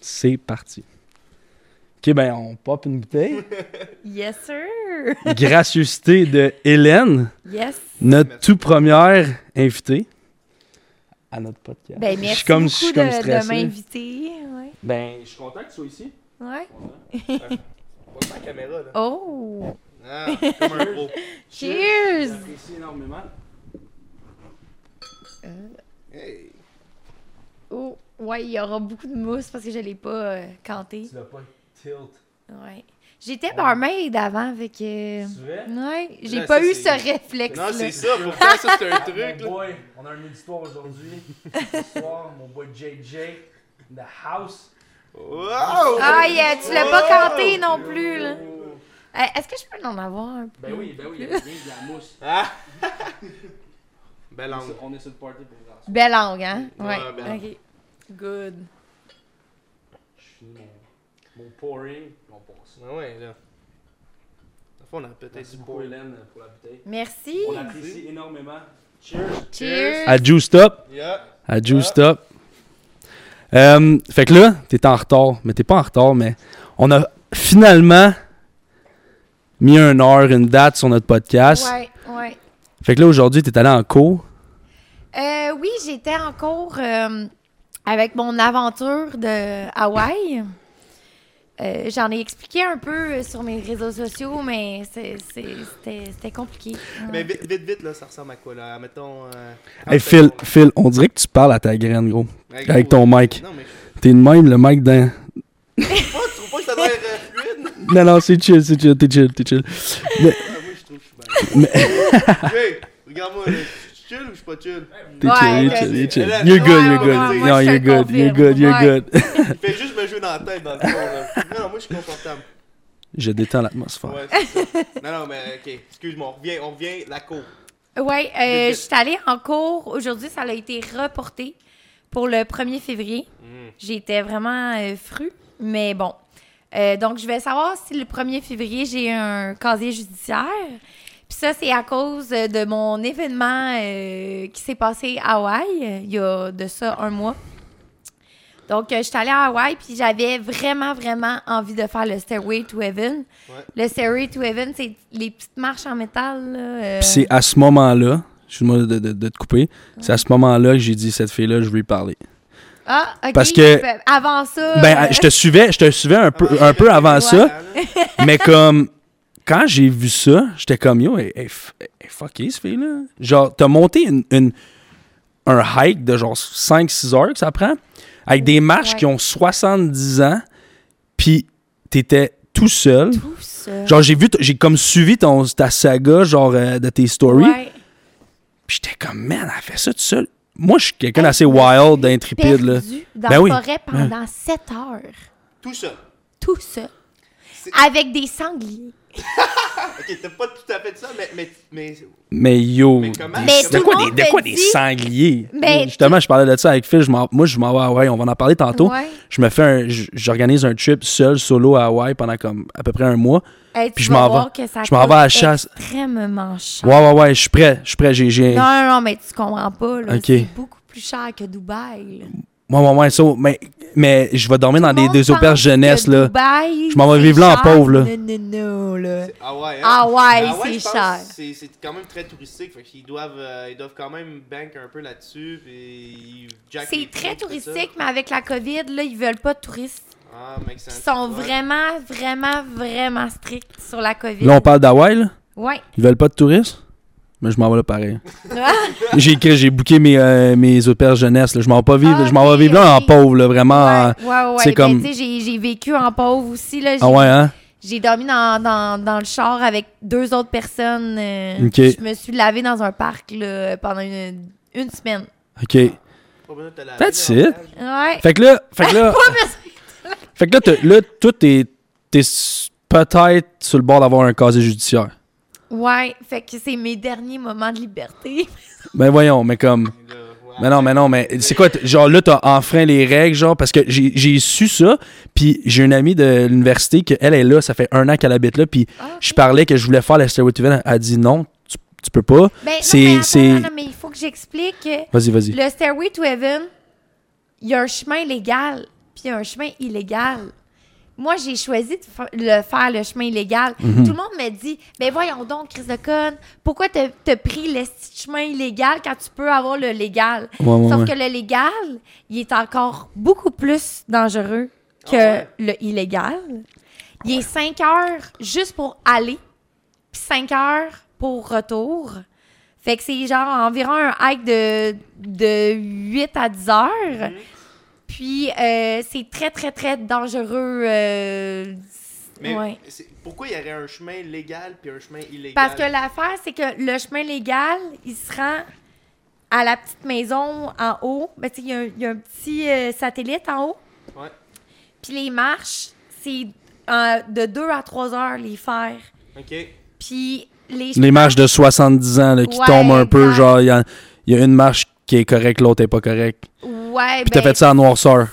C'est parti. OK, ben on pop une bouteille. Yes, sir! Gracieuseté de Hélène, Yes! notre tout première invitée à notre podcast. Ben, Je suis merci comme- je beaucoup suis de, comme de stressé. m'inviter. Ouais. Ben, je suis content que tu sois ici. ouais. Pas ma caméra, là. Oh! Ah, comme un gros. Cheers! J'apprécie énormément. Hey. Oh! Ouais, il y aura beaucoup de mousse parce que je l'ai pas euh, canté. Tu l'as pas tilt. Ouais. J'étais barmaid avant, avec. que... Tu vrai? Ouais, j'ai Là, pas ça, eu c'est- ce réflexe. Non, là. c'est ça, pourquoi ça c'est un truc, Mon là? boy, on a un éditoire aujourd'hui. Ce soir, mon boy JJ, in the house. Wow! Ah, yeah, tu l'as pas Oh! canté non plus, là. Euh, Est-ce que je peux en avoir un peu? Ben oui, ben oui, il y a bien de la mousse. Ah! Belle langue. On est sur le party pour les enfants. Belle langue, hein? Ouais. Ouais, belle langue. ok. Good. Je finis mon, mon pouring, puis on passe. Ah ouais, là. Dans le fond, on a peut-être Merci du beaucoup, poil. Hélène, pour la bouteille. Merci. On l'apprécie énormément. Cheers! Cheers. À Juice Stop! Yeah. À Juice Stop! Euh, fait que là, t'es en retard. Mais t'es pas en retard, mais on a finalement mis une heure, une date sur notre podcast. Ouais, ouais. Fait que là, aujourd'hui, t'es allé en cours. Euh, oui, j'étais en cours euh, avec mon aventure de Hawaï. Euh, J'en ai expliqué un peu sur mes réseaux sociaux, mais c'est- c'est- c'était c'était compliqué. Mais Ben, vite, vite, vite, là, ça ressemble à quoi, là? Mettons. Euh, Hey en Phil, secondes. Phil, on dirait que tu parles à ta graine, gros. Ouais, avec gros, ton ouais. mic. Non, mais T'es de même, le mec dans. je oh, tu trouves pas que ça doit être euh, fluide? Non, non, c'est chill, c'est chill, t'es chill, t'es chill. Ah, moi, je trouve que je suis bien. hey, regarde-moi, là, je suis chill ou je suis pas chill? T'es Ouais, chill, t'as- t'es chill, t'es chill. Ouais, You're good, ouais, you're ouais, good. ouais, Non, moi, je you're te good, you're confirme. good, you're Ouais. good. Il fait juste me jouer dans la tête, dans le fond, là. Non, non, moi, je suis confortable. Je détends l'atmosphère. Ouais, c'est ça. Non, non, mais ok, excuse-moi, on revient, on revient, la cour. Oui, Vite, euh, je vite. suis allée en cours. Aujourd'hui, ça a été reporté pour le 1er février. J'étais vraiment euh, fru, mais bon. Euh, donc, je vais savoir si le 1er février, j'ai un casier judiciaire. Puis ça, c'est à cause euh, de mon événement euh, qui s'est passé à Hawaï, euh, il y a de ça un mois. Donc, euh, je suis allée à Hawaï, puis j'avais vraiment, vraiment envie de faire le Stairway to Heaven. Ouais. Le Stairway to Heaven, c'est les petites marches en métal. là, euh, Puis c'est à ce moment-là, excuse-moi de, de- de te couper, c'est à ce moment-là que j'ai dit cette fille-là, je veux lui parler. Ah, OK. Parce que- Ben, Avant ça... Ben, euh, je te suivais, je te suivais un peu, un peu avant ça, mais comme. Quand j'ai vu ça, j'étais comme yo, elle, elle, f- elle est fuckée, ce fille-là. Genre, t'as monté une, une- un hike de genre 5-6 heures que ça prend, avec des marches Ouais. qui ont 70 ans, puis t'étais tout seul. tout ça. Genre, j'ai vu, t- j'ai comme suivi ton, ta saga, genre, euh, de tes stories. Ouais. Puis j'étais comme, man, elle fait ça tout seul. Moi, je suis quelqu'un d'assez wild, d'intrépide, là. perdu dans Ben la oui. forêt pendant 7 heures. Tout ça. Tout ça. C'est- Avec des sangliers. Ok, t'as pas tout à fait ça, mais. mais, mais... Mais yo, Mais comment- des- Mais de, tout quoi, le des, monde de te quoi dit- des sangliers? Mais Justement, je parlais de ça avec Phil. je m'en- moi, je m'en vais à Hawaï. On va en parler tantôt. Ouais. Je me fais un- j- J'organise un trip seul, solo à Hawaï pendant comme à peu près un mois. Hey, tu Puis je vas m'en voir vais. que ça Je m'en coûte vais à la chasse. extrêmement cher. Ouais, ouais, ouais, je suis prêt. Je suis prêt. J'ai. j'ai- Non, non, non, mais tu comprends pas. là. Ok. C'est beaucoup plus cher que Dubaï. là. Ouais, ouais, ouais, ça, mais, mais je vais dormir dans Tout le des, monde des auberges pense jeunesse, que là. Dubaï, Je m'en vais c'est vivre là en cher. pauvre, là. Non, non, non, là. Ah ouais, hein? Ah ouais, Mais c'est je pense cher. que C'est, c'est quand même très touristique, fait qu'ils doivent, euh, ils doivent quand même bank un peu là-dessus, puis ils jack les C'est prix, très tout ça. touristique, mais avec la COVID, là, ils veulent pas de touristes. Ah, mec, c'est Ils un- sont ouais. vraiment, vraiment, vraiment stricts sur la COVID. Là, on parle d'Hawaï, là. Ouais. Ils veulent pas de touristes? Mais je m'en vais là pareil. Ah! j'ai écrit, j'ai booké mes, euh, mes auberges jeunesse. Là. Je m'en vais pas vivre. Ah, je m'en vais ok, vivre là en ok. pauvre, là, vraiment. euh, ouais, ouais, ouais. c'est Ben, comme- tu sais, j'ai, j'ai vécu en pauvre aussi. Là. J'ai, Ah ouais, hein? j'ai dormi dans, dans, dans le char avec deux autres personnes. euh, Ok. Je me suis lavée dans un parc là, pendant une, une semaine. OK. Pas besoin de te laver, That's là, hein, en it. plage. Ouais. Fait que là, fait que là, Pas parce- fait que là, t'as- là toi, t'es, t'es s- peut-être sur le bord d'avoir un casier judiciaire. Ouais, fait que c'est mes derniers moments de liberté. Ben voyons, mais comme. Là, ouais. Mais non, mais non, mais c'est quoi? t- Genre là, t'as enfreint les règles, genre, parce que j'ai, j'ai su ça, puis j'ai une amie de l'université que elle est là, ça fait un an qu'elle habite là, puis Ah, je parlais que je voulais faire la Stairway to Heaven, elle a dit non, tu, tu peux pas. Ben, non, C'est- mais attends, c'est- non, mais il faut que j'explique. Vas-y, vas-y. Le Stairway to Heaven, il y a un chemin légal. Puis puis il y a un chemin illégal. Moi, j'ai choisi de fa- le faire le chemin illégal. Tout le monde me dit Ben voyons donc, Chris de Conne, pourquoi t'as t'as pris le sti- chemin illégal quand tu peux avoir le légal Ouais, ouais, Sauf ouais. que le légal, il est encore beaucoup plus dangereux que Ah ouais. le illégal. Il est 5 heures juste pour aller, puis 5 heures pour retour. Fait que c'est genre environ un hike de, de 8 à 10 heures. Hmm. Puis euh, c'est très, très, très dangereux. euh, Mais ouais. c'est- pourquoi il y aurait un chemin légal puis un chemin illégal? Parce que l'affaire, c'est que le chemin légal, il se rend à la petite maison en haut. Ben, tu sais, il y a un- il y, a un petit euh, satellite en haut. Ouais. Puis les marches, c'est euh, de 2 à 3 heures les faire. OK. Puis les, Les marches de 70 ans là, qui Ouais, tombent un peu, exact. genre, il y, en- il y a une marche qui est correcte, l'autre est pas correcte. Ouais, Puis t'as fait ça en noirceur.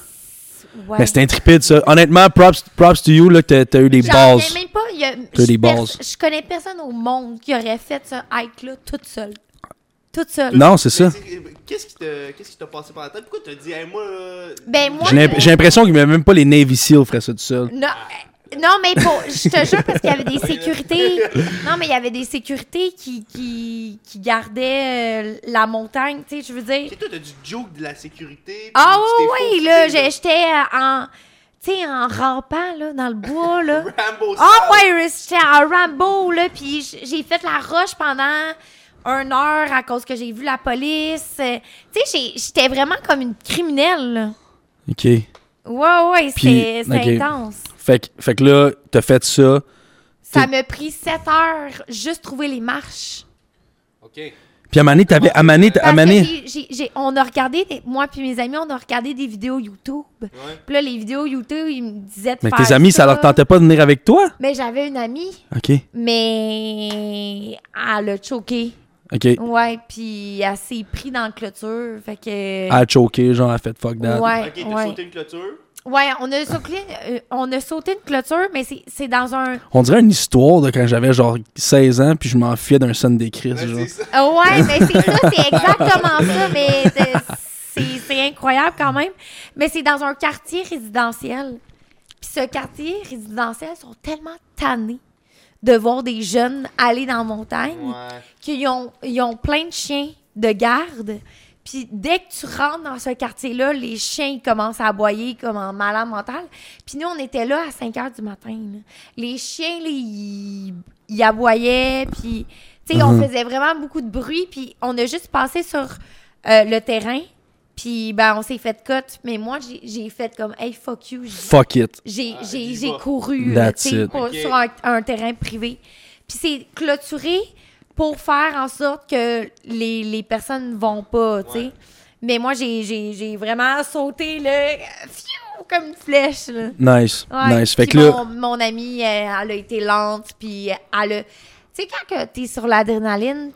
Ben, ouais. Mais c'était intrépide, ça. Honnêtement, props, props to you, là, que t'as- t'as eu des J'en bases. reviens même pas. il y a- T'as je des pers- bases. Je connais personne au monde qui aurait fait ce hike-là toute seule. Toute seule. Non, c'est ça. Mais c'est- euh, Qu'est-ce qui te- qu'est-ce qui t'a passé par la tête? Pourquoi t'as dit, hey, moi. euh, Ben, moi, J'ai l'imp- j'ai l'impression qu'il n'y avait même pas les Navy Seals ferait ça tout seul. Non, euh, non, mais pour, je te jure, parce qu'il y avait des sécurités. Non, mais il y avait des sécurités qui, qui, qui gardaient euh, la montagne. Tu sais, je veux dire. Tu sais, toi, t'as du joke de la sécurité. puis Ah tu oui, t'es oui, faufilé, là, j'ai- j'étais euh, en. Tu sais, en rampant, là, dans le bois, là. Rambo Ah style. ouais, j'étais à Rambo, là, puis j- j'ai fait la roche pendant une heure à cause que j'ai vu la police. Euh, Tu sais, j'ai- j'étais vraiment comme une criminelle, là. OK. Ouais, ouais, c'était Puis, c'était ok. intense. Fait que, fait que là, t'as fait ça. Ça T'es- m'a pris 7 heures juste trouver les marches. OK. Puis à Mané, t'avais. À Mané, t'as- à Parce que Mané- j'ai- j'ai- j'ai- on a regardé, des- moi puis mes amis, on a regardé des vidéos YouTube. Ouais. Puis là, les vidéos YouTube, ils me disaient de Mais faire tes amis, ça ça leur tentait pas de venir avec toi? Mais j'avais une amie, OK. mais elle a choqué. OK. Ouais, puis elle s'est pris dans la clôture. Fait que. Elle a choqué, genre, elle a fait fuck that. Ouais, Ok, t'as ouais. sauté une clôture. Ouais, on a sauté, euh, on a sauté une clôture, mais c'est c'est dans un. On dirait une histoire de quand j'avais genre 16 ans, puis je m'en fiais d'un son des Chris, Ouais, genre. c'est ça. Ah ouais, mais c'est ça, c'est exactement ça, mais euh, c'est c'est incroyable quand même. Mais c'est dans un quartier résidentiel. Puis ce quartier résidentiel sont tellement tannés de voir des jeunes aller dans la montagne Ouais. qu'ils ont, ils ont plein de chiens de garde. Puis dès que tu rentres dans ce quartier-là, les chiens ils commencent à aboyer comme en malade mental. Puis nous, on était là à 5 heures du matin. là. Les chiens, là, ils, ils aboyaient. Puis, tu sais, on faisait vraiment beaucoup de bruit. Puis on a juste passé sur euh, le terrain. Puis, ben, on s'est fait cote. Mais moi, j'ai- j'ai fait comme, hey, fuck you. J'ai- Fuck it. j'ai, Ah, j'ai, j'y j'ai vais. couru là, That's tu sais, it. pour- Ok. sur un, un terrain privé. Puis c'est clôturé pour faire en sorte que les, les personnes ne vont pas, tu sais. Ouais. Mais moi, j'ai, j'ai, j'ai vraiment sauté là, fiou, comme une flèche. Là. Nice. Ouais. Nice. Fait Puis que là. mon, mon amie, elle, elle a été lente, puis elle a... Tu sais, quand tu es sur l'adrénaline,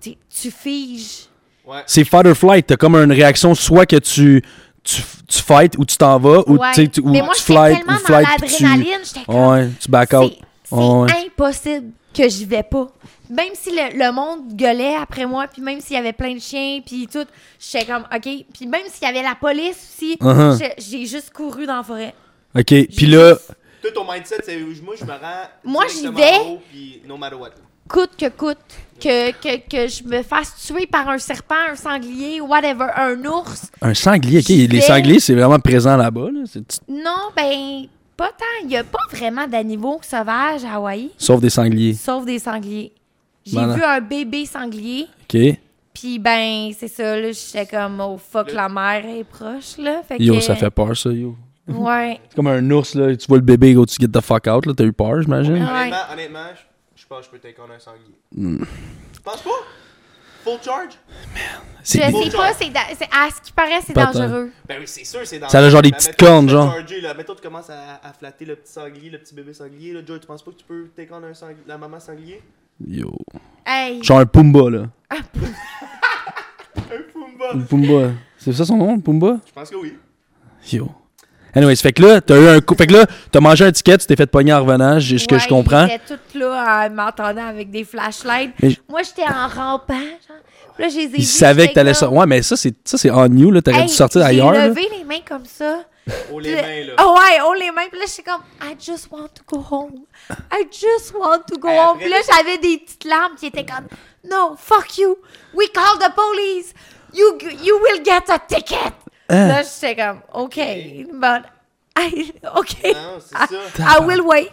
t'es- tu figes. Ouais. c'est fight or flight. T'as comme une réaction, soit que tu, tu, tu fight ou tu t'en vas, ou, Ouais. tu sais, tu- ou Mais moi, tu j'étais flight tellement ou dans flight. puis l'adrénaline, j'étais tu, comme, ouais, tu back out. C'est- C'est Ouais. impossible que j'y vais pas. Même si le, le monde gueulait après moi, puis même s'il y avait plein de chiens, puis tout, j'étais comme, OK. Puis même s'il y avait la police aussi, Uh-huh. j'ai- j'ai juste couru dans la forêt. OK. Puis là, Toi, ton mindset, c'est moi, je me rends. Moi, j'y directement vais. en haut, puis no matter what. Coûte que coûte, que, que, que je me fasse tuer par un serpent, un sanglier, whatever, un ours. un sanglier, OK. Les J'étais- sangliers, c'est vraiment présent là-bas. Là. C'est- tu- Non, ben, pas tant. Il n'y a pas vraiment d'animaux sauvages à Hawaï, Sauf des sangliers. sauf des sangliers. J'ai Voilà. vu un bébé sanglier. OK. Puis ben, c'est ça, là, j'étais comme, oh fuck, Le- la mer est proche, là. Fait Yo, que- ça fait peur, ça, yo. Ouais. C'est comme un ours, là. Tu vois le bébé, go, tu get the fuck out, là. T'as eu peur, j'imagine. Ouais. Honnêtement, honnêtement, je, je pense que je peux take on un sanglier. Hmm. Tu penses pas? Full charge? Je C'est- sais pas, c'est, da- c'est- à ce qui paraît, c'est Peut-être. dangereux. Ben oui, c'est sûr, c'est dans Ça a genre des petites cornes, genre. Chargé, là. Mettons, Ben, tu commences à, à flatter le petit sanglier, le petit bébé sanglier. Là. Joe, tu penses pas que tu peux take on un sanglier, la maman sanglier? Yo. Hey, Genre un Pumba, là. Un Pumba! Hmm. Le Pumba. C'est ça son nom, le Pumba? Je pense que oui. Yo. Anyways, fait que là, t'as eu un coup. Fait que là, t'as mangé un ticket, tu t'es fait pogner en revenant, je- ce que je Ouais, comprends. Ils étaient toutes là en m'entendant avec des flashlights. Mais- Moi, j'étais en rampant. Genre. Là, je les ai vus, Ils savaient que j'étais t'allais comme, sortir. Ouais, mais ça, c'est ça, c'est on you, là. T'aurais Hey, dû sortir ailleurs. J'ai là. levé les mains comme ça. Oh, les mains, là. Oh ouais, oh les mains. Puis là, j'étais comme, I just want to go home. I just want to go Hey, home. après, Puis là, j'avais des petites larmes qui étaient comme, No, fuck you. We call the police. You, you will get a ticket. Là, j'étais comme, OK, but I, OK. Non, c'est I- ça. I will wait.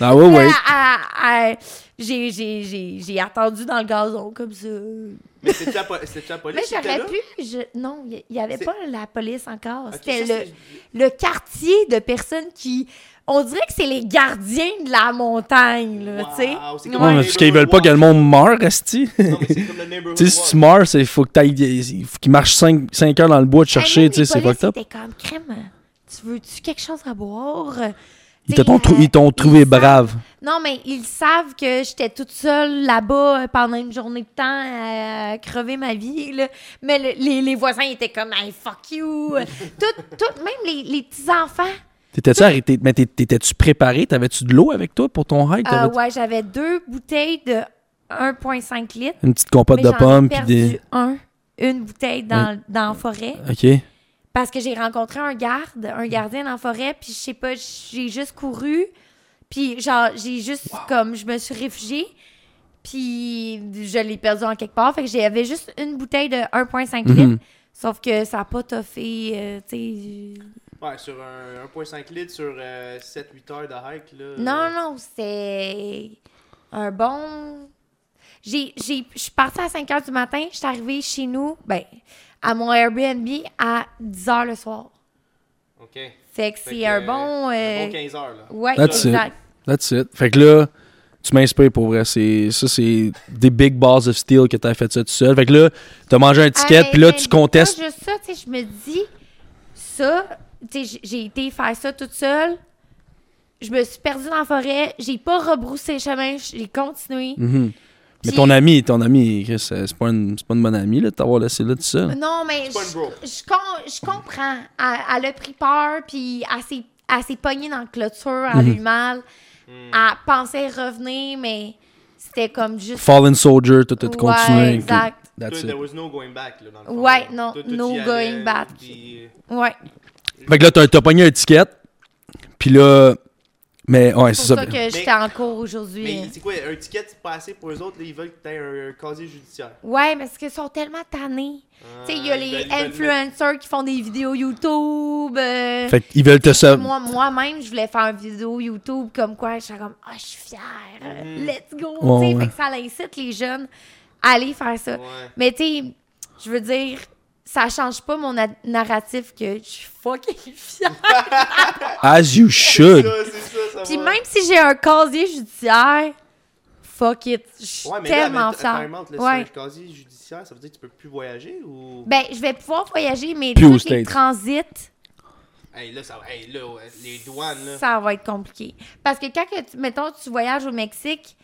Ah ouais, ouais. Là, à- à- j'ai- J'ai j'ai- j'ai attendu dans le gazon comme ça. Mais c'était-tu la po- c'était-tu la police Mais qui était j'aurais là? pu. je- non, il n'y avait C'est- pas la police encore. Ok, C'était ça, le, c'est- le quartier de personnes qui. On dirait que c'est les gardiens de la montagne, là, Wow, tu sais. c'est comme Ouais, un mais parce qu'ils veulent pas neighborhood que le monde meure, Resti. tu Non, mais c'est comme le neighborhood sais, si tu watch. meurs, c'est faut que t'ailles. Il faut qu'ils marchent 5, heures dans le bois te chercher, tu sais, c'est fucked up. C'était comme crème. Tu veux-tu quelque chose à boire? Ils T'sais, te t'ont trou- euh, ils t'ont trouvé savent- brave. Non, mais ils savent que j'étais toute seule là-bas euh, pendant une journée de temps à crever ma vie. là. Mais le- les, les voisins étaient comme, hey, fuck you. tout, tout, même les, les petits-enfants. T'étais-tu arrêté? Mais t'é- t'étais-tu préparé? T'avais-tu de l'eau avec toi pour ton hike? Euh, T'avais-tu ouais, j'avais deux bouteilles de 1,5 litres. Une petite compote mais de j'en ai pommes, puis perdu des. un, une bouteille dans, dans la forêt. Ok. Parce que j'ai rencontré un garde, un gardien dans la forêt, puis je sais pas, j'ai juste couru, puis genre, j'ai juste comme, je me suis réfugiée, puis je l'ai perdu en quelque part. Fait que j'avais juste une bouteille de 1,5 litres, Mhm. sauf que ça a pas toffé, euh, tu sais. Ouais, sur un 1.5 litres, sur 7-8 heures de hike, là. Non, non, c'était un bon. J'ai, j'ai, je suis partie à 5 h du matin, je suis arrivée chez nous, ben, à mon Airbnb à 10 h le soir. OK. Fait que Fait c'est que, un bon. un euh, bon 15 heures, là. Ouais, That's it. exact. That's it. Fait que là, tu m'inspires pour vrai. C'est, ça, c'est des big bars of steel que t'as fait ça tout seul. Fait que là, t'as mangé un ticket, Ah, puis là, mais- tu mais contestes. pas juste ça, tu sais, je me dis, ça, tu sais, j- j'ai été faire ça toute seule. Je me suis perdue dans la forêt. J'ai pas rebroussé chemin. J'ai continué. Mhm. Mais Puis- ton ami, ton ami, Chris, euh, c'est pas, une, c'est pas une bonne amie là, de t'avoir laissé là tout seul. Non, mais C'est pas une bro. je, je com- je comprends. Elle, elle a pris peur, puis elle s'est- elle s'est pognée dans la clôture. Mhm. Elle a eu mal. Hmm. Elle pensait revenir, mais c'était comme juste... Fallen Soldier, tout, tout, Ouais, continuer. exact. Ok. That's Toi, it. there was no going back, là, dans le fond, Ouais, là. non, Toi, toi, no tu y going allais, back. puis- euh, Ouais. Fait que là, t'as, t'as pogné un ticket, puis là. Mais ouais, C'est c'est pour ça. ça que j'étais en cours aujourd'hui. Mais c'est quoi, un ticket, c'est pas assez pour eux autres, là, ils veulent que t'aies un, un casier judiciaire. Ah, Ouais, mais c'est qu'ils sont tellement tannés. tu sais, il y a ils les veulent- ils veulent influencers qui font des vidéos YouTube. euh, Fait qu'ils veulent te sauver. moi, moi-même, je voulais faire une vidéo YouTube comme quoi, je suis comme, ah, je suis fière, euh, Mm. let's go. Ouais, tu sais, ouais. Fait que ça incite les jeunes à aller faire ça. Ouais. Mais tu sais, je veux dire, ça change pas mon na- narratif que je suis fucking fière. As you C'est should. ça, c'est ça, ça Puis va. même si j'ai un casier judiciaire, fuck it, je suis Ouais, mais tellement là, mais t- fière. time out, là, Ouais. c'est un casier judiciaire, ça veut dire que tu peux plus voyager ou. Ben, je vais pouvoir voyager, mais Plus aux tous les States. transits, Hey, là, ça va. Hey, là, ouais, les douanes, là. Ça va être compliqué. Parce que quand, que tu- mettons, tu voyages au Mexique,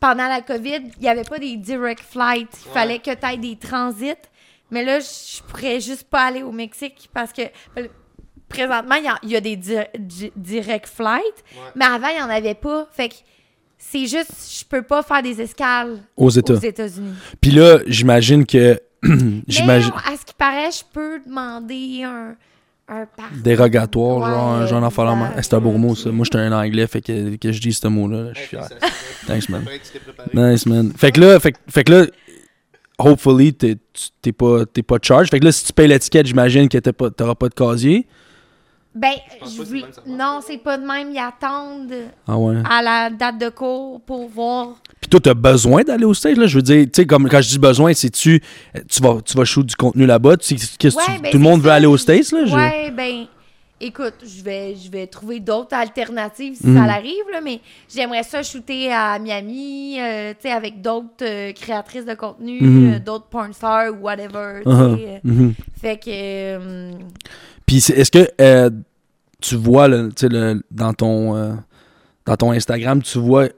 pendant la COVID, il n'y avait pas des direct flights. Il Ouais. fallait que tu ailles des transits. Mais là, je je pourrais juste pas aller au Mexique parce que euh, présentement, il y a- il y, a des di- di- direct flights. Ouais. Mais avant, il n'y en avait pas. Fait que c'est juste, je peux pas faire des escales Aux aux États. États-Unis. Puis là, j'imagine que. Mais j'imagine. à ce qui paraît, je peux demander un, un pardon. Dérogatoire, Ouais, genre, un genre d'enfant la main. exact. C'est un beau mot, ça. Moi, j'étais un anglais, fait que, que je dis ce mot-là, là, je Hey, suis fait que fier. ça- ça- Thanks, man. faudrait que tu t'es préparé. Nice, man. Fait que là, fait, que- fait que là hopefully, t'es tu- t'es pas, t'es pas charge. Fait que là, si tu payes l'étiquette, j'imagine que t'as pas- t'auras pas de casier. Ben, pense je pas que c'est voulais- le même serveur. non, c'est pas de même. Ils attendent Ah ouais. à la date de cours pour voir. Puis toi, t'as besoin d'aller au stage, là. Je veux dire, tu sais, comme quand je dis besoin, c'est tu, tu vas, tu vas shoot du contenu là-bas. Tu, sais, qu'est-ce que Ouais, tu- ben, tout le monde c'est veut ça. aller au stage, là. je- Ouais, ben, écoute, je vais, je vais trouver d'autres alternatives si Mhm. ça l'arrive, là, mais j'aimerais ça shooter à Miami, euh, tu sais, avec d'autres euh, créatrices de contenu, Mhm. euh, d'autres porn stars, whatever, tu sais. euh. Uh-huh. Mhm. Fait que, euh, Puis c'est- est-ce que euh, tu vois le, tu sais, le- dans ton euh, dans ton Instagram, tu vois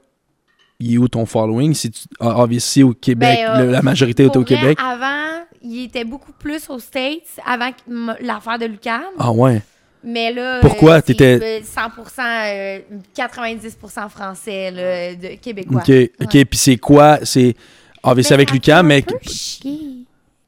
il est où ton following si tu ah, obviously au Québec, Ben, euh, le- la majorité était pour au vrai, Québec. avant, il était beaucoup plus aux States, avant que m- l'affaire de Lucas. Ah ouais. Mais là, Pourquoi? euh, c'est, T'étais- euh, 100%, euh, 90% français, là, de québécois. OK, OK. Puis c'est quoi? C'est obviously avec Lucas, mais... C'est Ben, un peu chier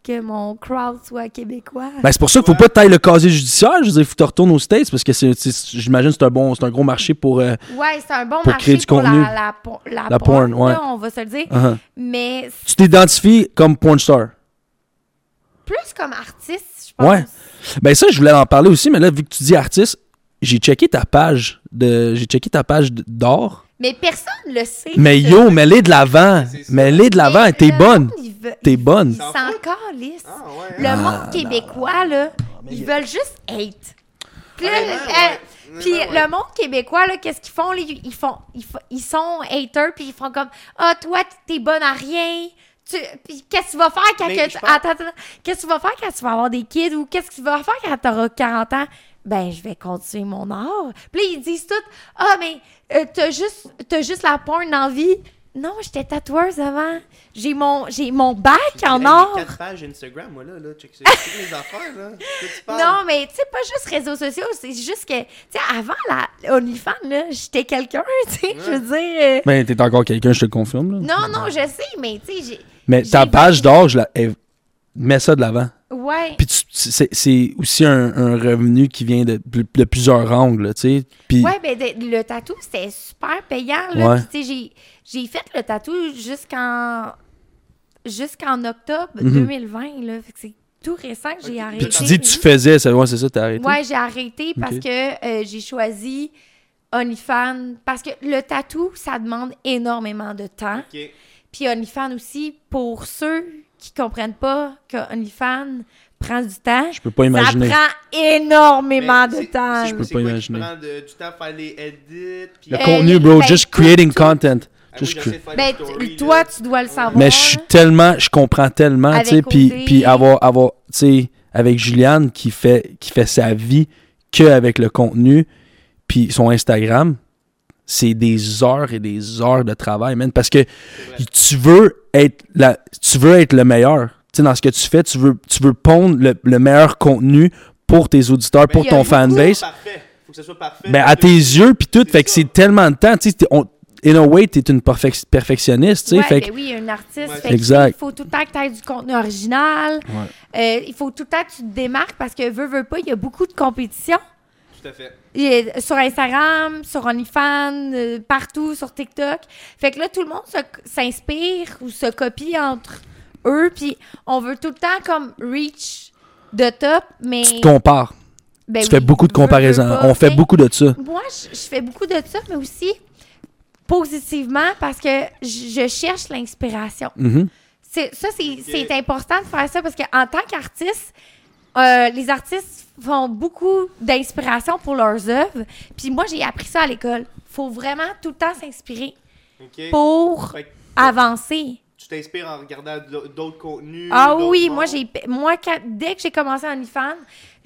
que mon crowd soit québécois. Ben, c'est pour ça qu'il faut pas tailler le casier judiciaire. Je veux dire, faut que tu retournes aux States parce que c'est, c'est- j'imagine que c'est un bon, c'est un gros marché pour. euh, ouais, c'est un bon pour marché créer du pour contenu. la, la, por- la, La porn, porn, ouais. là, on va se le dire. uh-huh. Mais c'est Tu t'identifies comme porn star. plus comme artiste, je pense. Ouais. Ben ça, je voulais en parler aussi, mais là, vu que tu dis artiste, j'ai checké ta page de, j'ai checké ta page d- d'or. Mais personne le sait. Mais ça. yo, mets-les de l'avant, C'est ça. mets-les de l'avant, Mais t'es le bonne, monde, il veut- t'es Ils bonne. S'en s'en foutent. calissent. Ah, ouais. Ah, Le monde québécois, là, ils veulent juste hate. Puis, là, Honnêtement, ouais. euh, puis Honnêtement, ouais. le monde québécois, là, qu'est-ce qu'ils font? là? Ils, ils font ils, fo- ils sont haters, puis ils font comme Ah, toi, t'es bonne à rien. Tu, puis qu'est-ce que tu vas faire quand, Mais que je tu- pense- attends, attends, attends. qu'est-ce que tu vas faire quand tu vas avoir des kids ou qu'est-ce que tu vas faire quand t'auras 40 ans? Ben, je vais continuer mon art. Puis là, ils disent tout Ah, mais euh, t'as juste, t'as juste la porn dans la vie. Non, j'étais tatoueuse avant. J'ai mon, j'ai mon bac en Hey, or. j'ai quatre pages Instagram, moi, là, là. Check ça. Check mes affaires, là. De quoi tu parles? Non, mais tu sais, pas juste réseaux sociaux, c'est juste que, tu sais, avant la OnlyFans, là, j'étais quelqu'un, tu sais, je veux dire. euh, Mais Ben, t'es encore quelqu'un, je te le confirme. là. Non, non, je sais, mais tu sais, j'ai. Mais ta j'ai- page d'or, je la, eh, mets ça de l'avant. Ouais. Puis tu- c'est, c'est aussi un, un revenu qui vient de, de plusieurs angles, là, tu sais. Puis Ouais, ben de- le tatou, c'était super payant, là. Ouais. Puis, tu sais, j'ai- j'ai fait le tatou jusqu'en. jusqu'en octobre 2020, là. Fait que c'est tout récent que j'ai Ok. arrêté. Puis Mhm. tu dis que tu faisais, ça, ouais, c'est ça, t'as arrêté. Ouais, j'ai arrêté parce Ok. que euh, j'ai choisi OnlyFans. Parce que le tatou, ça demande énormément de temps. Ok. Puis OnlyFans aussi, pour ceux qui comprennent pas que OnlyFans prend du temps, Je peux pas imaginer. ça prend énormément Mais de c'est- temps. c'est- peux c'est pas quoi qui imaginer. prend de- du temps à faire les edits. Puis... Le Euh, contenu, les- bro, ben, just tout- creating tout- content. Ah, moi, Just j'essaie cre- de faire Ben, des stories, t- toi, là. tu dois le savoir. Mais je suis tellement, je comprends tellement, tu sais, Avec puis Odé. puis avoir, avoir tu sais, avec Juliane qui fait, qui fait sa vie que avec le contenu, puis son Instagram, c'est des heures et des heures de travail, man, parce que vrai. tu veux être la, tu veux être le meilleur, tu sais, dans ce que tu fais, tu veux, tu veux pondre le, le meilleur contenu pour tes auditeurs, pour il y a ton beaucoup de fanbase. Parfait. Faut que ce soit parfait. Ben, à tes yeux, puis tout. C'est Fait que ça. c'est tellement de temps. Tu sais, t'es- on- in a way, t'es une perfec- perfectionniste, tu sais. Ouais, fait ben que oui, un artiste. Ouais. fait que Exact. Il faut tout le temps que tu aies du contenu original. Euh, il faut tout le temps que tu te démarques parce que, veux, veux pas, il y a beaucoup de compétition. Tout à fait. Il est sur Instagram, sur OnlyFans, euh, partout, sur TikTok. Fait que là, tout le monde se- s'inspire ou se copie entre eux. Puis on veut tout le temps comme reach de top, mais. tu te compares. ben tu oui, fais beaucoup de veux, veux comparaisons. pas, On fait mais beaucoup de ça. Moi, je, je fais beaucoup de ça, mais aussi positivement parce que je, je cherche l'inspiration. Mhm. C'est- ça, c'est c'est important de faire ça parce qu'en tant qu'artiste, euh, les artistes font beaucoup d'inspiration pour leurs œuvres. Puis moi, j'ai appris ça à l'école. faut vraiment tout le temps s'inspirer Ok. pour Fait que avancer. tu t'inspires en regardant d'au- d'autres contenus. Ah d'autres oui, mondes. moi, j'ai moi quand- dès que j'ai commencé à OnlyFans,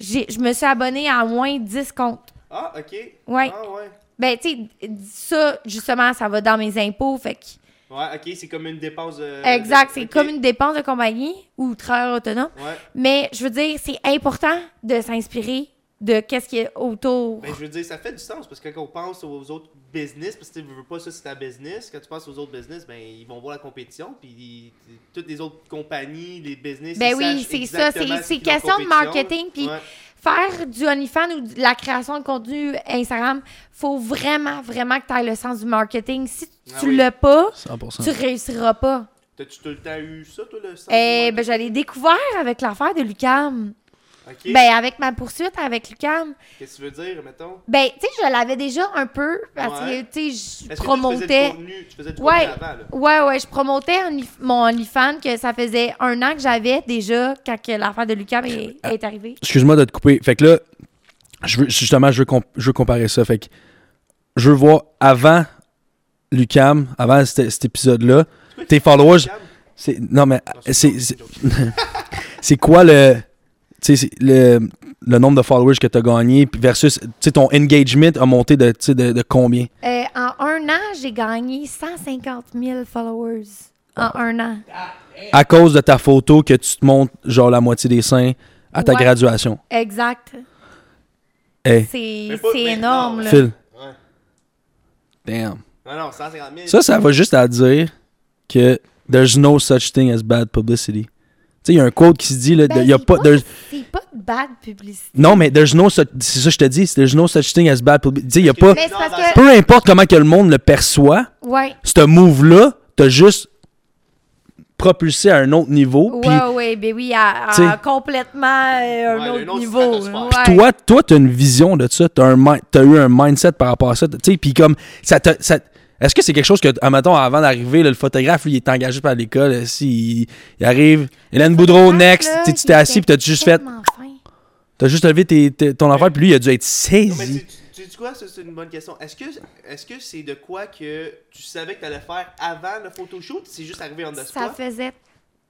j'ai- je me suis abonnée à moins 10 comptes. Ah, ok. Ouais. Ah, ouais. Ben, tu sais, ça, justement, ça va dans mes impôts. Fait que Ouais, ok, c'est comme une dépense. euh, Exact, c'est ok. comme une dépense de compagnie ou travailleur autonome. Ouais. Mais je veux dire, c'est important de s'inspirer de qu'est-ce qui est autour. Ben, je veux dire, ça fait du sens parce que quand on pense aux autres business, parce que tu veux pas ça, c'est ta business. Quand tu penses aux autres business, ben, ils vont voir la compétition. Puis toutes les autres compagnies, les business. Ben ils oui, sachent c'est ça, exactement c'est- ce c'est qui leur question de compétition. marketing, puis- Ouais. Faire du OnlyFans ou de la création de contenu Instagram, faut vraiment, vraiment que tu aies le sens du marketing. Si tu Ah oui. l'as pas, 100%. tu réussiras pas. T'as-tu tout le temps eu ça, toi, le sens Eh du ben, marketing? je l'ai découvert avec l'affaire de Lucam. Ok. Ben, avec ma poursuite avec Lucam. Qu'est-ce que tu veux dire, mettons? Ben, tu sais, je l'avais déjà un peu parce Ouais. que, tu sais, je Est-ce que toi, tu faisais promotais. du contenu, tu faisais du Ouais, contenu avant, là? ouais, ouais. Je promotais Only- mon OnlyFans que ça faisait un an que j'avais déjà quand que l'affaire de Ben Lucas est, est arrivée. Excuse-moi de te couper. Fait que là, je veux, justement, je veux, comp- je veux comparer ça. Fait que je veux voir avant Lucam, avant cet, cet épisode-là, tes followers. Cam? c'est- Non, mais c'est c'est- pas- c'est c'est quoi le. Tu sais, c'est le, le nombre de followers que tu as gagné puis versus tu sais, ton engagement a monté de, tu sais, de, de combien? Euh, en un an, j'ai gagné 150 000 followers. En Ah. un an. à cause de ta photo que tu te montes genre la moitié des seins à ta Ouais. graduation. Exact. Hey, C'est Mais pas c'est maintenant, énorme, là. là. Phil, Ouais. damn. Non, non, 150 000. Ça, ça va juste à dire que there's no such thing as bad publicity. Tu sais, il y a un quote qui se dit, là, Ben, il y a c'est pas, there's- C'est pas de bad publicité. Non, mais there's no such. C'est ça que je te dis. There's no such thing as bad publicity. Tu sais, y a pas. Mais c'est parce Non, que. Peu importe comment que le monde le perçoit, Ouais. ce move-là, t'as juste propulsé à un autre niveau. Puis Ouais, ouais, ben oui, à, à tu sais- complètement euh, Ouais, un une autre autre niveau. stratosphère. ouais. toi, toi, t'as une vision de ça. T'as un mi- t'as eu un mindset par rapport à ça. Tu sais, puis comme ça, te- ça- Est-ce que c'est quelque chose que, admettons, avant d'arriver, là, le photographe, lui, il est engagé par l'école. là, Si il, il arrive, Hélène Boudreau, Ah, next. là, Tu sais, tu il t'es assis, était puis t'as juste fait. tellement fin. T'as juste levé tes- tes- ton affaire, puis lui, il a dû être Non, mais saisi. tu, tu, tu dis quoi? Ça, C'est une bonne question. Est-ce que est-ce que c'est de quoi que tu savais que t'allais faire avant le photoshoot? C'est juste arrivé en the Ça spot? faisait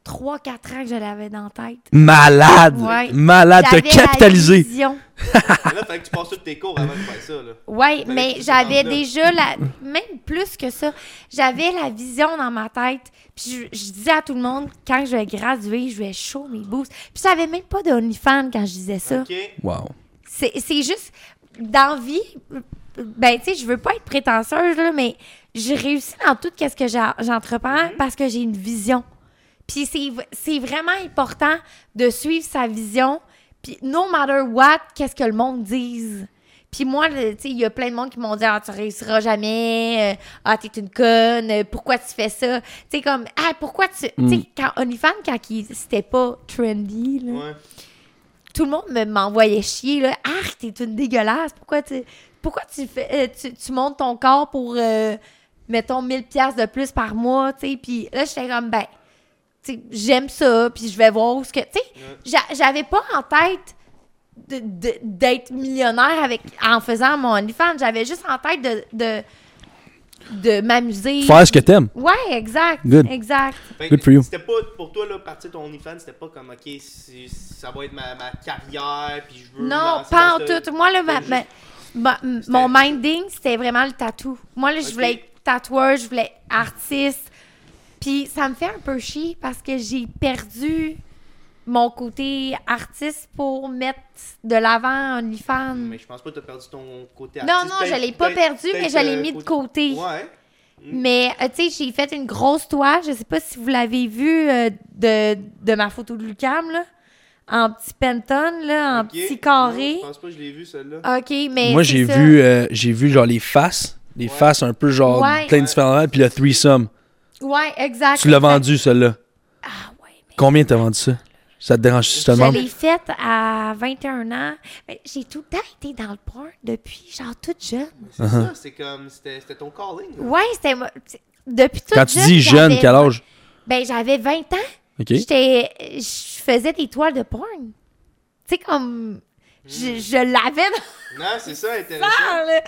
3-4 ans que je l'avais dans la tête. Malade! Ouais. Malade! T'as J'avais la capitalisé! vision. Mais Ben Là, fallait que tu passes tous tes cours avant de faire ça. Là. Ouais, Mais mais tu te j'avais rends Ben, là. déjà la. Même plus que ça, j'avais la vision dans ma tête. Puis je, je disais à tout le monde, quand je vais graduer, je vais chaud mes bourses. Puis je savais même pas de OnlyFans quand je disais ça. OK? Wow. C'est c'est juste. Dans vie, ben, tu sais, je veux pas être prétentieuse, là, mais j'ai réussi dans tout ce que j'a- j'entreprends parce que j'ai une vision. Puis c'est v- c'est vraiment important de suivre sa vision. Puis no matter what, qu'est-ce que le monde dise. Puis moi, le- tu sais, il y a plein de monde qui m'ont dit « Ah, tu réussiras jamais. Euh, Ah, t'es une conne. Euh, Pourquoi tu fais ça? » Tu sais, comme « Ah, pourquoi tu... Tu sais, quand OnlyFans, quand il- c'était pas trendy, là, Ouais. tout le monde me- m'envoyait chier là arc t'es une dégueulasse pourquoi tu pourquoi tu fais euh, tu, tu montes ton corps pour euh, mettons 1000 pièces de plus par mois tu sais puis là j'étais comme ben tu sais, j'aime ça puis je vais voir où ce que tu sais j'a- j'avais pas en tête de- de- d'être millionnaire avec en faisant mon OnlyFans j'avais juste en tête de de, de m'amuser Faire ce que t'aimes. ouais exact Good. exact Fait Good que for you. C'était pas, pour toi, là, partir ton OnlyFans, c'était pas comme, OK, c'est- ça va être ma, ma carrière, puis je veux... Non, lancer pas en dans ce- tout. Moi, là, ma- juste- ma- ma- m- mon minding, c'était vraiment le tatou. Moi, là, je Ok. voulais être tatoueuse, je voulais être artiste. Puis ça me fait un peu chier parce que j'ai perdu mon côté artiste pour mettre de l'avant OnlyFans. Mais je pense pas que t'as perdu ton côté Non, artiste. non, Peut-être- je l'ai pas peut-être- perdu, mais peut-être, je l'ai euh, mis de côté. Ouais. Mais, euh, tu sais, j'ai fait une grosse toile. Je sais pas si vous l'avez vu euh, de, de ma photo de Lucam, là. En petit pentone, là, en ok. petit carré. Ah. Non, je pense pas que je l'ai vu, celle-là. OK, mais. Moi, c'est j'ai ça. vu, euh, j'ai vu genre les faces, les Ouais. faces un peu genre Ouais. plein de différentes, puis le threesome. Ouais, exact. Tu l'as exact. vendu, celle-là. Ah ouais, mais Combien t'as vendu ça? Ça te dérange si je te demande? je l'ai faite à 21 ans. Mais J'ai tout le temps été dans le porn depuis, genre, toute jeune. C'est Uh-huh. ça, c'est comme, c'était c'était ton calling. là. Ouais, c'était... mo- c'est- Depuis toute Quand tu jeune, dis jeune, j'avais- quel âge? Ben, j'avais 20 ans. OK. J'étais... Je faisais des toiles de porn. Tu sais, comme... Je, je l'avais dans Non, c'est ça, intéressant. le...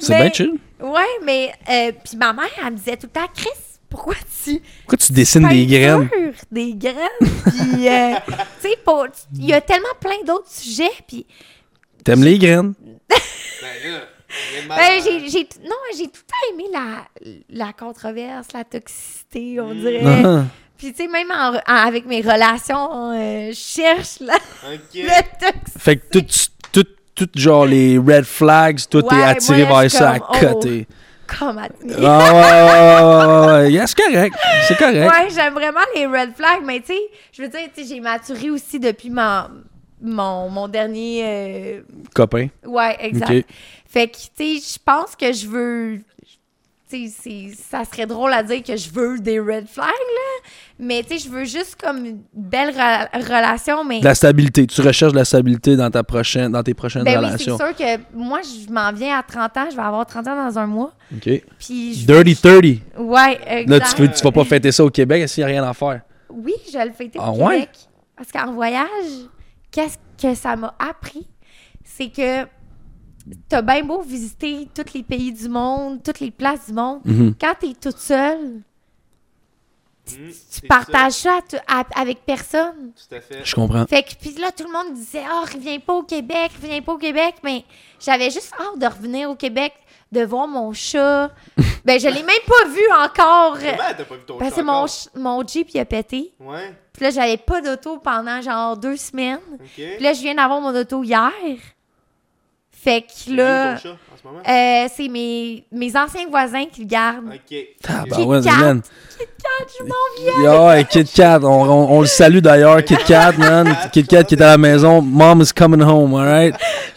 C'est bien chill. Ouais, mais... euh, puis ma mère, elle me disait tout le temps, « Chris, pourquoi tu... Pourquoi tu dessines des graines? peinture, Des graines. Puis, euh, tu sais, pour- il y a tellement plein d'autres sujets. Puis, T'aimes les graines? Ben là, rien de Ben, mal, hein. j'ai, j'ai t- non, j'ai tout le temps aimé la, la controverse, la toxicité, on dirait. Ah, Puis, tu sais, même en- en- avec mes relations, euh, je cherche la, Ok. le toxique. Fait que tout, tout, tout genre les red flags, toi, t'es Ouais, attiré moi, là, vers je suis ça à comme, oh. côté. Comme à tenir. Ah, ouais, ouais, ouais, ouais, ouais, yeah, c'est correct. C'est correct. Ouais, j'aime vraiment les red flags, mais tu sais, je veux dire, tu sais, j'ai maturé aussi depuis ma- mon, mon dernier. euh, Copain. ouais, exact. Ok. Fait que, tu sais, je pense que je veux. Tu sais, c'est- ça serait drôle à dire que je veux des red flags, là. Mais, tu sais, je veux juste comme une belle rela- relation, mais. De la stabilité. Tu recherches de la stabilité dans, ta prochaine, dans tes prochaines Ben oui, c'est relations. sûr que moi, je m'en viens à 30 ans. Je vais avoir 30 ans dans un mois. OK. Puis je... Dirty 30. Ouais, exact. Là, tu, peux- tu vas pas fêter ça au Québec s'il n'y a rien à faire. Oui, je vais le fêter au Ah Québec. ouais? Parce qu'en voyage, qu'est-ce que ça m'a appris? C'est que t'as bien beau visiter tous les pays du monde, toutes les places du monde. Mhm. Quand t'es toute seule, Mm, c'est tu partages ça à t- à- avec personne. ça, Tout à fait. Je comprends. Fait que, puis là, tout le monde disait, oh, reviens pas au Québec, reviens pas au Québec. Mais j'avais juste hâte de revenir au Québec, de voir mon chat. ben, je l'ai même pas vu encore. Comment t'as pas vu ton Parce chat que Ben, mon, encore? ch- mon Jeep, il a pété. Ouais, Puis là, j'avais pas d'auto pendant genre deux semaines. ok. Puis là, je viens d'avoir mon auto hier. Fait que là, C'est ton chat en ce moment? euh, c'est mes, mes anciens voisins qui le gardent. Ok. Ah, Ok. bah Kit ouais, Kat. man. Kat, je m'en Yo, hey, Kit Kat, on, on- on le salue d'ailleurs, Kit Kat, man. Kit Kat qui est à la maison. Mom is coming home, alright?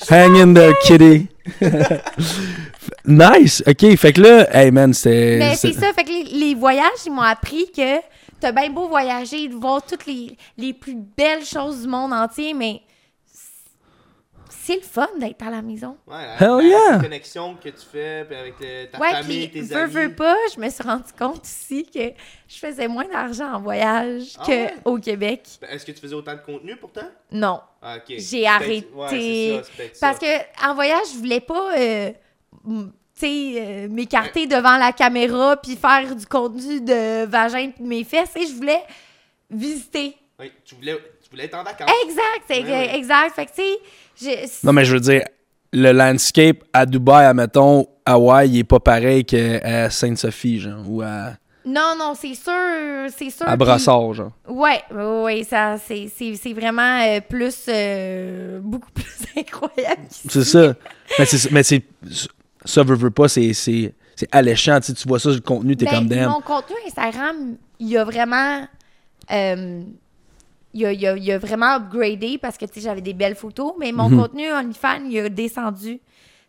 Hang in there, kitty. nice, ok. Fait que là, hey man, c'était. Mais c'est- c'est ça, fait que les, les voyages, ils m'ont appris que t'as bien beau voyager, de voir toutes les, les plus belles choses du monde entier, mais c'est- c'est le fun d'être à la maison. Ouais, la, Hell la- yeah. la connexion que tu fais puis avec le- ta ouais, famille, puis tes veux, amis. veux pas, je me suis rendu compte aussi que je faisais moins d'argent en voyage Ah ouais? qu'au Québec. Ben, Est-ce que tu faisais autant de contenu pourtant? Non. Ah, ok. J'ai C'est peut-être- arrêté. ouais, c'est ça, c'est peut-être ça. Parce que en voyage, je voulais pas euh, m- tu sais, euh, m'écarter devant la caméra puis faire du contenu de vagin puis de mes fesses. Et je voulais visiter. Oui, tu, voulais, tu voulais être en vacances. Exact, c'est Ouais, ouais. exact. Fait que, tu sais, je- Non, mais je veux dire, le landscape à Dubaï, admettons, Hawaï, il est pas pareil qu'à Sainte-Sophie, genre, ou à, non, non, c'est sûr, c'est sûr. à puis- Brassard, genre. Ouais, ouais, ouais, ça, c'est, c'est, c'est vraiment euh, plus, euh, beaucoup plus incroyable. qu'ici. C'est ça. Mais c'est. Mais c'est ça, veut, veut pas, c'est. c'est- c'est alléchant, tu sais, tu vois ça, le contenu, t'es Ben, comme damn. Mon contenu Instagram, il y a vraiment. euh, il, a, il a- il a vraiment upgradé parce que tu sais, j'avais des belles photos, mais Mhm. mon contenu OnlyFans, il a descendu. Tu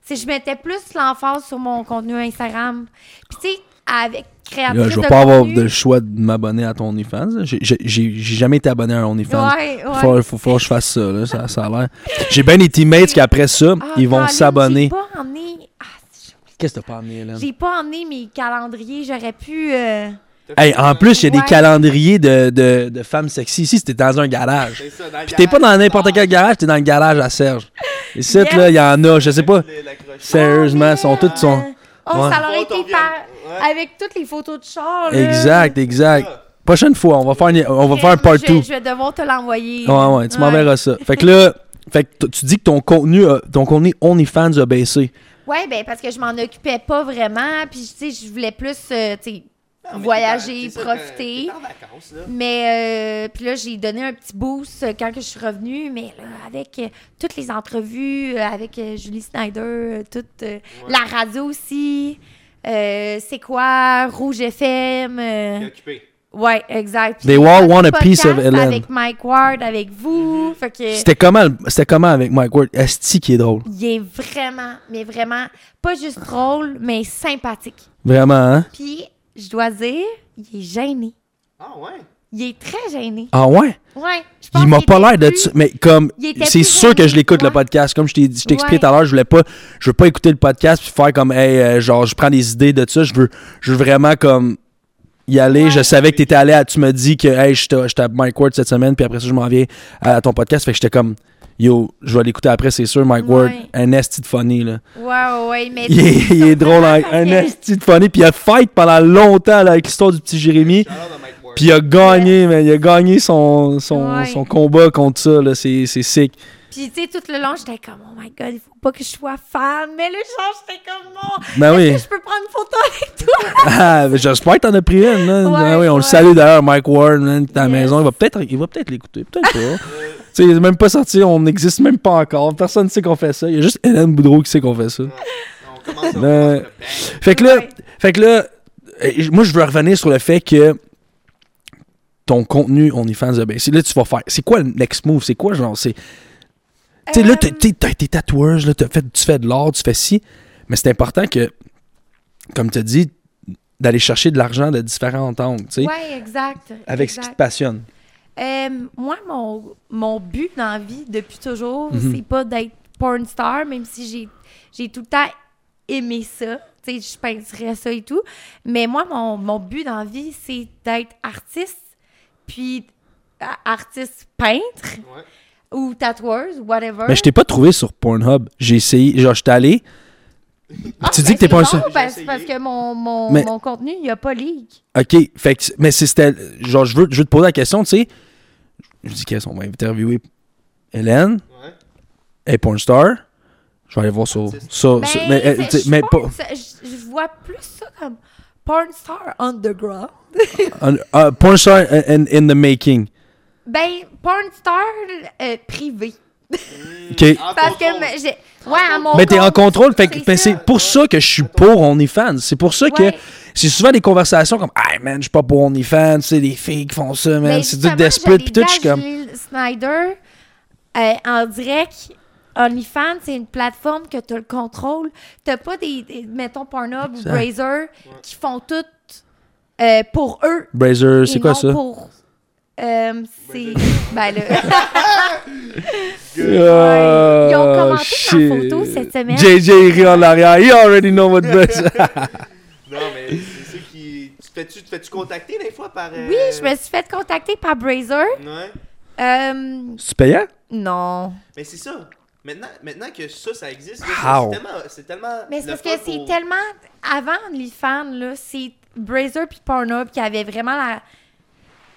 sais, je mettais plus l'emphase sur mon contenu Instagram. Puis tu sais, avec créatrice Là, je vais de pas avoir contenu- de choix de m'abonner à ton OnlyFans. là. J'ai j'ai- j'ai- j'ai jamais été abonné à un OnlyFans. Ouais, Faut, ouais. faut, faut que je fasse ça, là, ça, ça a l'air. J'ai bien des teammates qui, après ça, Ah, ils vont Colin, J'ai s'abonner. pas emmené. ah, j'ai- Qu'est-ce que t'as pas amené, Hélène? j'ai pas emmené mes calendriers. J'aurais pu. euh, T'as fait Hey, en ça. plus, il y a Ouais. des calendriers de, de, de femmes sexy. Ici, c'était dans un garage. C'est ça, dans le Puis t'es pas dans garage, n'importe tu quel garage, t'es dans le garage à Serge. Et cette, Yes. là, il y en a, je sais sors, pas. le- l'accrocher. Sérieusement, ils sont toutes euh, sont. oh, Ouais. ça aurait Faut qu'on été revienne. par- Ouais. Avec toutes les photos de char. là. Exact, exact. Ah. Prochaine fois, on va faire, une- on va faire un part Je- 2. Je vais devoir te l'envoyer. Ouais, ouais, tu m'enverras ça. Fait que là, fait que t- tu dis que ton contenu, a- ton contenu OnlyFans a baissé. Ouais, ben parce que je m'en occupais pas vraiment, puis tu sais, je voulais plus, euh, tu sais, Non, mais t'es voyager, en- c'est ça, profiter. T'es en vacances, là. Mais euh, puis là, j'ai donné un petit boost euh, quand que je suis revenue, mais là, avec euh, toutes les entrevues, euh, avec euh, Julie Snyder, euh, toute euh, la radio aussi, euh, c'est quoi, Rouge FM. euh, T'es occupé. ouais, exact. Puis They j'ai all fait want un a piece of podcast Hélène. Avec Mike Ward, avec vous. Mhm. Fait que... C'était comment, le- c'était comment avec Mike Ward? Esti qui est drôle. Il est vraiment, mais vraiment, pas juste drôle, mais sympathique. Vraiment, hein? Puis, je dois dire, il est gêné. Ah ouais? Il est très gêné. Ah ouais? Ouais. je pense Il m'a qu'il pas était l'air de plus- ça, mais comme Il était c'est plus sûr que je gêné, l'écoute ouais. le podcast comme je t'ai dit- je t'expliquais Ouais. tout à l'heure, je voulais pas je veux pas écouter le podcast puis faire comme hey euh, genre je prends des idées de ça, je veux je veux vraiment comme y aller, Ouais. je savais que t'étais allé à, tu m'as dit que hey j'étais j'étais à Mike Ward cette semaine puis après ça je m'en viens à, à ton podcast fait que j'étais comme yo, je vais l'écouter après c'est sûr Mike Ward, Ouais. un esti de funny là. Ouais, ouais, ouais, mais. Il est, il est drôle hein, un esti de funny puis il a fight pendant longtemps là, avec l'histoire du petit Jérémy. Shout-out à Mike Ward. Puis il a gagné, man. Il a gagné son, son, Ouais. son combat contre ça, là. C'est c'est sick. Puis, tu sais, tout le long, j'étais comme, oh my god, il faut pas que je sois fan. Mais le genre, j'étais comme, bon. Ben est-ce oui. que je peux prendre une photo avec toi? Ah, ben, J'espère que t'en as pris une, man. Ouais, Ah oui, on ouais. le salue d'ailleurs, Mike Ward, man, qui est à la Yes. maison. Il va peut-être il va peut-être l'écouter, peut-être pas. tu sais, il est même pas sorti, on n'existe même pas encore. Personne ne sait qu'on fait ça. Il y a juste Hélène Boudreau qui sait qu'on fait ça. On commence Ben- à on commence le bang. Fait que là, Ouais. fait que là euh, moi, je veux revenir sur le fait que ton contenu, on est fans de baisser. Là, tu vas faire. C'est quoi le next move? C'est quoi, genre? C'est. Tu sais, là, t'es- t'es- t'as été tatoueuse, là, t'as fait, tu fais de l'art, tu fais ci. Mais c'est important que, comme tu as dit, d'aller chercher de l'argent de différents angles, tu sais, Euh, Ouais, exact. avec ce qui te exact. passionne. Euh, moi, mon, mon but dans la vie depuis toujours, Mhm. c'est pas d'être porn star, même si j'ai, j'ai tout le temps aimé ça. Tu sais, je peinturais ça et tout. Mais moi, mon, mon but dans la vie, c'est d'être artiste, puis a- artiste peintre Ouais. ou tatoueuse, whatever. Mais je t'ai pas trouvé sur Pornhub. J'ai essayé, genre, je suis allé. Ah, tu ben, dis que t'es c'est pas un bon, seul- parce, J'ai essayé. parce que mon, mon, Mais- mon contenu, il n'y a pas leak. OK, fait que, mais c'est- c'était, genre, je veux, je veux te poser la question, tu sais. Je me dis, qu'est-ce qu'on va interviewer Hélène, Ouais. et pornstar. Je vais aller voir sur. Artiste. sur- Ben, sur- mais, euh, c'est- tu sais, je mais pas. pense- je- je vois plus ça comme porn star underground. un- un pornstar in, in the making. Ben, porn star euh, privé. OK. En Parce que contrôle. me- j'ai. Ouais, à mon. Mais t'es en compte. contrôle. Fait que C'est ben, ça. c'est pour ça que je suis pour OnlyFans. C'est pour ça que Ouais. c'est souvent des conversations comme Hey man, je suis pas pour OnlyFans, c'est des filles qui font ça, man. Mais C'est du justement, desperate. j'allais Puis tout, je suis dire à comme. Julie Snyder, euh, en direct, OnlyFans, c'est une plateforme que tu le contrôles. T'as pas des, des- mettons, Pornhub ou Exact. Brazzer qui font tout euh, pour eux. Brazer, et c'est quoi non ça? Pour, euh, c'est. Ben là. Ah, Ils ont commenté ma shit. photo cette semaine. JJ rit en arrière. You already know what Brazer. Non, mais c'est ceux qui. Tu te fais-tu te fais-tu contacter des fois par. euh, Oui, je me suis fait contacter par Brazzer. Ouais. Euh, C'est payant? non. Mais c'est ça. Maintenant, maintenant que ça, ça existe, là, How? c'est tellement. C'est tellement Mais c'est le parce fun que c'est pour- tellement. Avant OnlyFans, là, c'est Brazzer puis Pornhub qui avaient vraiment la.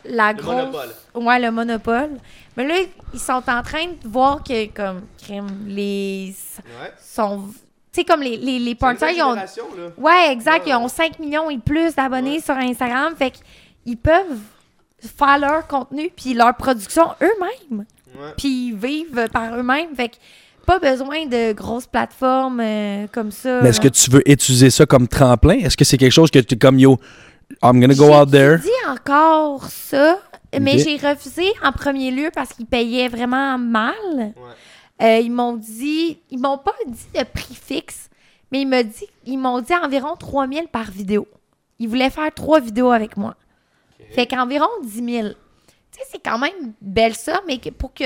La Le grosse. monopole. Ouais, le monopole. Mais là, ils sont en train de voir que, comme, crime, les. Ouais. sont. Tu sais, comme les, les, les C'est une porn stars, nouvelle ils ont. génération, là. Ouais, exact. Ouais. Ils ont 5 millions et plus d'abonnés Ouais. sur Instagram. Fait qu'ils peuvent faire leur contenu puis leur production eux-mêmes. Ouais. Puis ils vivent par eux-mêmes. Fait que pas besoin de grosses plateformes euh, comme ça. Mais est-ce que tu veux utiliser ça comme tremplin? Est-ce que c'est quelque chose que tu comme yo, I'm gonna go J'ai out there? dit encore ça, mais Ok. j'ai refusé en premier lieu parce qu'ils payaient vraiment mal. Ouais. Euh, ils m'ont dit, ils m'ont pas dit de prix fixe, mais ils m'ont dit, ils m'ont dit environ 3000 par vidéo. Ils voulaient faire trois vidéos avec moi. Ok. Fait qu'environ 10 000. Tu sais, c'est quand même une belle somme, mais que- pour que,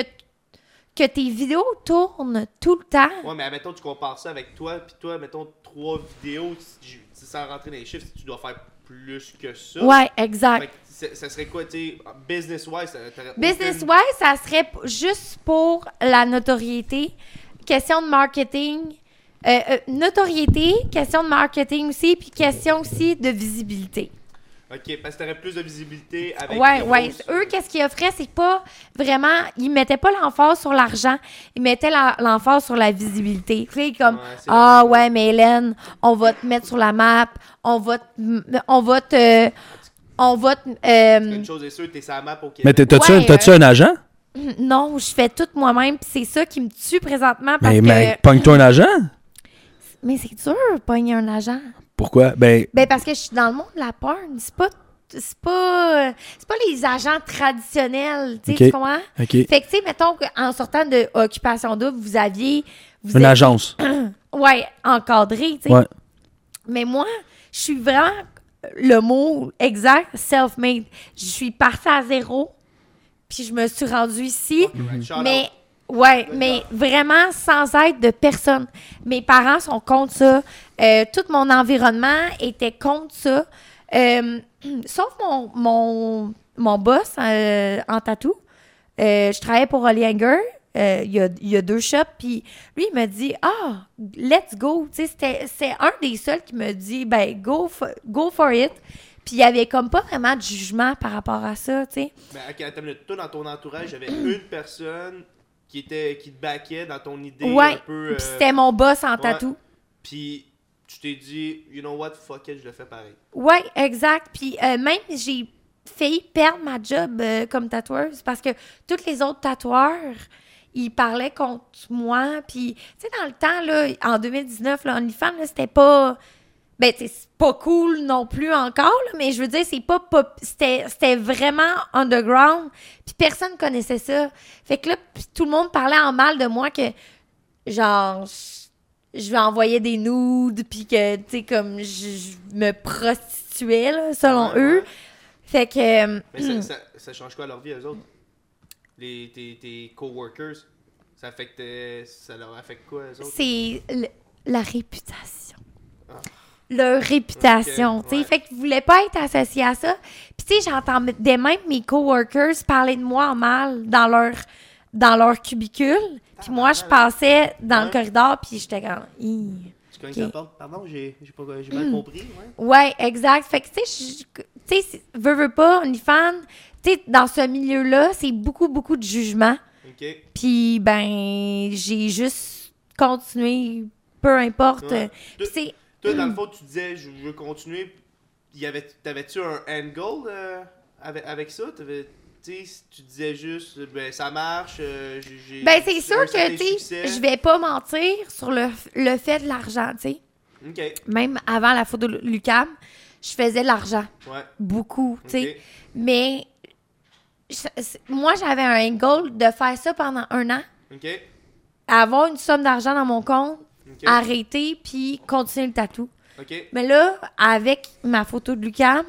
que tes vidéos tournent tout le temps, Ouais, mais admettons, tu compares ça avec toi, puis toi, mettons, trois vidéos, si tu- si- sans rentrer dans les chiffres, si tu dois faire plus que ça. ouais, Fait exact. que c'est- ça serait quoi, tu sais, business-wise, t'aurais- t'aurais aucune- Business-wise, ça serait p- juste pour la notoriété. Question de marketing. Euh, euh, notoriété, question de marketing aussi, puis question aussi de visibilité. Ok, parce que t'aurais plus de visibilité avec. Ouais, les ouais. grosses- Eux, qu'est-ce qu'ils offraient, c'est pas vraiment. Ils mettaient pas l'emphase sur l'argent, ils mettaient la- l'emphase sur la visibilité. Tu sais, comme Ouais, c'est Ah vrai. ouais, mais Hélène, on va te mettre sur la map, on va te. m- On va te. On va te. euh, Une chose est sûre, t'es sur la map au Québec. Mais t'es- t'as-tu Ouais, t'as-tu euh, un agent? non, je fais tout moi-même, puis c'est ça qui me tue présentement parce Mais, que. mais pogne-toi un agent? Mais c'est dur, pogner un agent. Pourquoi? Ben, Ben parce que je suis dans le monde de la porn. C'est pas. C'est pas. C'est pas les agents traditionnels, tu sais, Ok. tu comprends? OK. Fait que, tu sais, mettons qu'en sortant de Occupation Double, vous aviez. Vous Une êtes- agence. Ouais, encadré, tu sais. Ouais. Mais moi, je suis vraiment le mot exact, self-made. Je suis partie à zéro, puis je me suis rendue ici. Right, shout out. Mais, ouais, mais vraiment sans aide de personne. Mes parents sont contre ça. Euh, tout mon environnement était contre ça. Euh, sauf mon, mon, mon boss euh, en tatou. Euh, je travaillais pour Olianger. Euh, Il y, a, il y a deux shops. Puis lui, il me dit Ah, let's go. Tu sais, c'était- C'est un des seuls qui me dit ben go, fo- go for it. Puis il y avait comme pas vraiment de jugement par rapport à ça. tu sais. Mais ok, attends une minute. Toi, dans ton entourage, j'avais une personne qui, était, qui te baquait dans ton idée un Ouais. peu. euh, Puis c'était mon boss en tatou. Puis tu t'es dit, you know what, fuck it, je le fais pareil. Oui, exact. Puis euh, même, j'ai failli perdre ma job euh, comme tatoueuse parce que tous les autres tatoueurs, ils parlaient contre moi. Puis, tu sais, dans le temps, là, en 2019, là, OnlyFans, là, c'était pas... Ben, tu sais, c'est pas cool non plus encore, là, mais je veux dire, c'est pas... pop- C'était c'était vraiment underground, puis personne connaissait ça. Fait que là, puis tout le monde parlait en mal de moi que, genre... je- je vais envoyer des nudes, puis que, tu sais, comme je, je me prostituais, là, selon Ouais, eux. ouais. Fait que, euh, Mais ça, ça, ça change quoi à leur vie, eux autres Les, tes, tes coworkers, ça, affecte, ça leur affecte quoi, eux autres c'est le- la réputation. Ah. Leur réputation, Ok, tu sais. ouais. Fait qu'ils voulaient pas être associés à ça. Puis tu sais, j'entendais même mes coworkers parler de moi en mal dans leur dans leur cubicule. Puis moi, je passais dans le Ah, Ouais. corridor, puis j'étais comme... Ih. Tu cognes ok. Mm. ta porte Pardon, j'ai j'ai pas- j'ai mal compris, ouais. Ouais, exact. Fait que, tu sais, je- tu sais, c'est- veux, veux pas, OnlyFans, tu sais, dans ce milieu-là, c'est beaucoup, beaucoup de jugement. Ok. Puis, ben, j'ai juste continué, peu importe. Ouais. Puis c'est- Toi, Hmm. dans le fond, tu disais, je veux continuer. Il y avait- T'avais-tu un end goal euh, avec, avec ça T'avais- tu sais, si tu disais juste, ben, ça marche, euh, j'ai- j'ai. Ben, c'est j'ai sûr un que, certain tu sais, succès. je vais pas mentir sur le, le fait de l'argent, tu sais. Ok, Même avant la faute de Lucam, je faisais de l'argent. ouais. Beaucoup, tu sais. ok. Mais je- c'est- moi, j'avais un goal de faire ça pendant un an, Ok, avoir une somme d'argent dans mon compte, ok. arrêter, puis continuer le tatou. Ok, Mais là, avec ma photo de Lucam,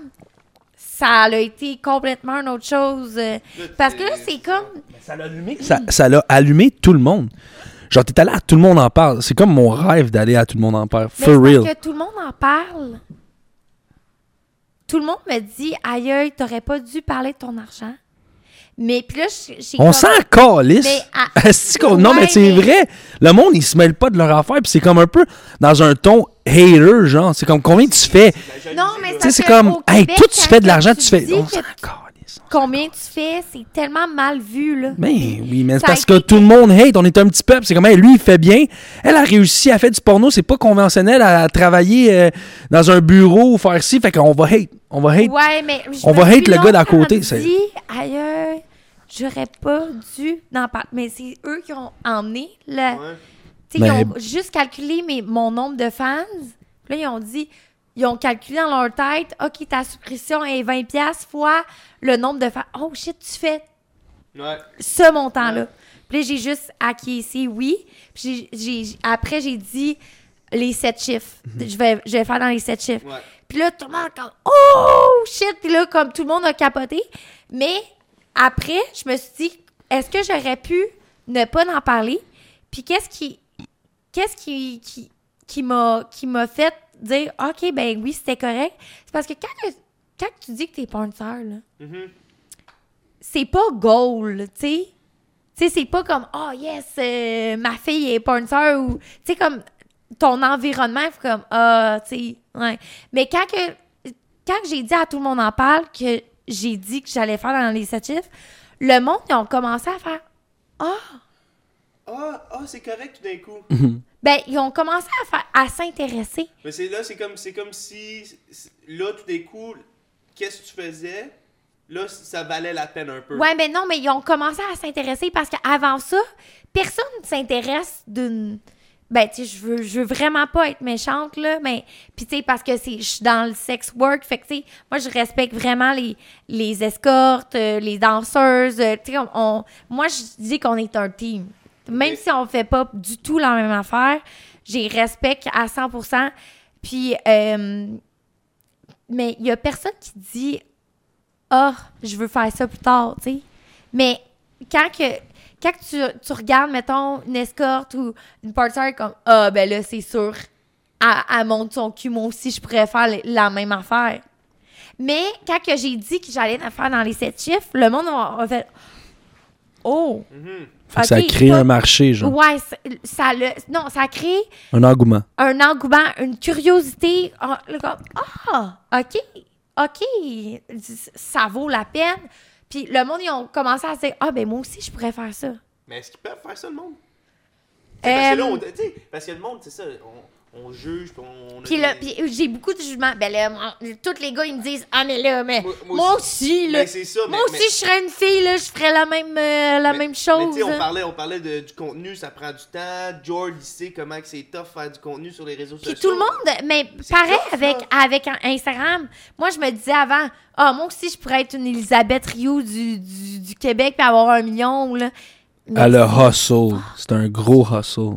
ça a été complètement une autre chose. euh, Là, Parce que là, t'es- c'est comme... Ça ça l'a allumé tout le monde. Genre, t'es allé à Tout le monde en parle. C'est comme mon rêve d'aller à Tout le monde en parle. Mais For c'est real. Parce que tout le monde en parle. Tout le monde me dit, aïe, aïe, t'aurais pas dû parler de ton argent. Mais puis là, j'ai j'ai On comme- s'en calisse. Mais, ah, Est-ce qu'on- non, mais ouais, c'est mais- vrai. Le monde, il se mêle pas de leur affaire. Puis c'est comme un peu dans un ton hater, genre. C'est comme combien tu fais. Tu la jalousie, Non, mais là. ça- sais, c'est Parce que comme, au hey, Québec, toi, tu fais de quand l'argent, tu tu fais. dis On que s'en tu- calisse. Combien tu fais, c'est tellement mal vu, là. Mais Ben oui, mais c'est Ça a parce que été- tout le monde hate, on est un petit peuple. C'est comme, hey, lui, il fait bien. Elle a réussi à faire du porno, c'est pas conventionnel à travailler euh, dans un bureau ou faire ci. Fait qu'on va hate. On va hate. Ouais, mais je On me va suis hate le gars d'à longtemps côté, c'est- dit, aïe, aïe, j'aurais pas dû n'en parler. Mais c'est eux qui ont emmené le... Ouais. Tu sais, Mais- Ils ont juste calculé mes- mon nombre de fans. Puis là, ils ont dit, ils ont calculé dans leur tête, OK, ta suppression est 20$ piastres fois le nombre de fans. Oh shit, tu fais Ouais. ce montant-là. Puis là, j'ai juste acquiescé oui. Puis j'ai- j'ai- j'ai- après, j'ai dit les sept chiffres. je, vais, je vais faire dans les sept chiffres. Ouais. Puis là, tout le monde, comme, oh shit! Puis là, comme tout le monde a capoté. Mais après, je me suis dit, est-ce que j'aurais pu ne pas en parler? Puis qu'est-ce qui. Qu'est-ce qui, qui, qui m'a qui m'a fait dire, OK, ben oui, c'était correct? C'est parce que quand, que- quand tu dis que t'es pas une sœur, là, Mhm. c'est pas goal, tu sais. Tu sais, c'est pas comme, oh yes, euh, ma fille est pas une sœur ou, tu sais, comme ton environnement, faut comme, ah, tu sais, ouais. Mais quand que, quand que j'ai dit à tout le monde en parle que j'ai dit que j'allais faire dans les sept chiffres, le monde, ils ont commencé à faire, ah, Ah, ah, c'est correct tout d'un coup. ben, ils ont commencé à faire, à s'intéresser. Mais c'est là, c'est comme, c'est comme si, c'est- là, tout d'un coup, qu'est-ce que tu faisais, là, ça valait la peine un peu. Ouais, mais non, mais ils ont commencé à s'intéresser parce qu'avant ça, personne ne s'intéresse d'une. Ben, tu sais, je veux, je veux vraiment pas être méchante, là, mais. Puis, tu sais, parce que c'est- je suis dans le sex work, fait que, tu sais, moi, je respecte vraiment les, les escortes, euh, les danseuses. euh, tu sais, on, on- Moi, je dis qu'on est un team. Même Ok. si on fait pas du tout la même affaire, j'ai respecte à 100 Puis, euh, mais il y a personne qui dit ah, je veux faire ça plus tard, tu sais. Mais quand que quand que tu, tu regardes, mettons, une escorte ou une partner comme Ah, ben là, c'est sûr, elle, elle monte son cul, moi aussi, je pourrais faire le- la même affaire. Mais quand que j'ai dit que j'allais la faire dans les sept chiffres, le monde a, a fait Oh! Mhm. Fait que ça ok, crée pas- un hein. marché, genre. Ouais, ça, ça le, non, ça crée Un engouement. un engouement, une curiosité. Ah, là, comme, ah, OK, OK, ça vaut la peine. Puis le monde, ils ont commencé à se dire, ah, ben moi aussi, je pourrais faire ça. Mais est-ce qu'ils peuvent faire ça, le monde? C'est Parce que là, Euh, on- tu sais, parce que le monde, c'est ça, on, on juge, puis on... on a Puis là, des- puis j'ai beaucoup de jugements. Ben là, moi, tous les gars, ils me disent, ah, mais là, mais moi, Moi- moi aussi, là. Mais Ben, c'est ça, moi mais- aussi, je serais une fille, là, je ferais la même, euh, la mais- même mais chose. tu sais, on parlait, on parlait de, du contenu, ça prend du temps. George, il sait comment que c'est tough faire du contenu sur les réseaux Puis sociaux. tout le monde, mais C'est pareil tough, avec, là. avec un- Instagram. Moi, je me disais avant, ah, moi aussi, je pourrais être une Elisabeth Rioux du, du, du Québec puis avoir un million, là. Mais Elle a c'est hustle. C'est un gros hustle.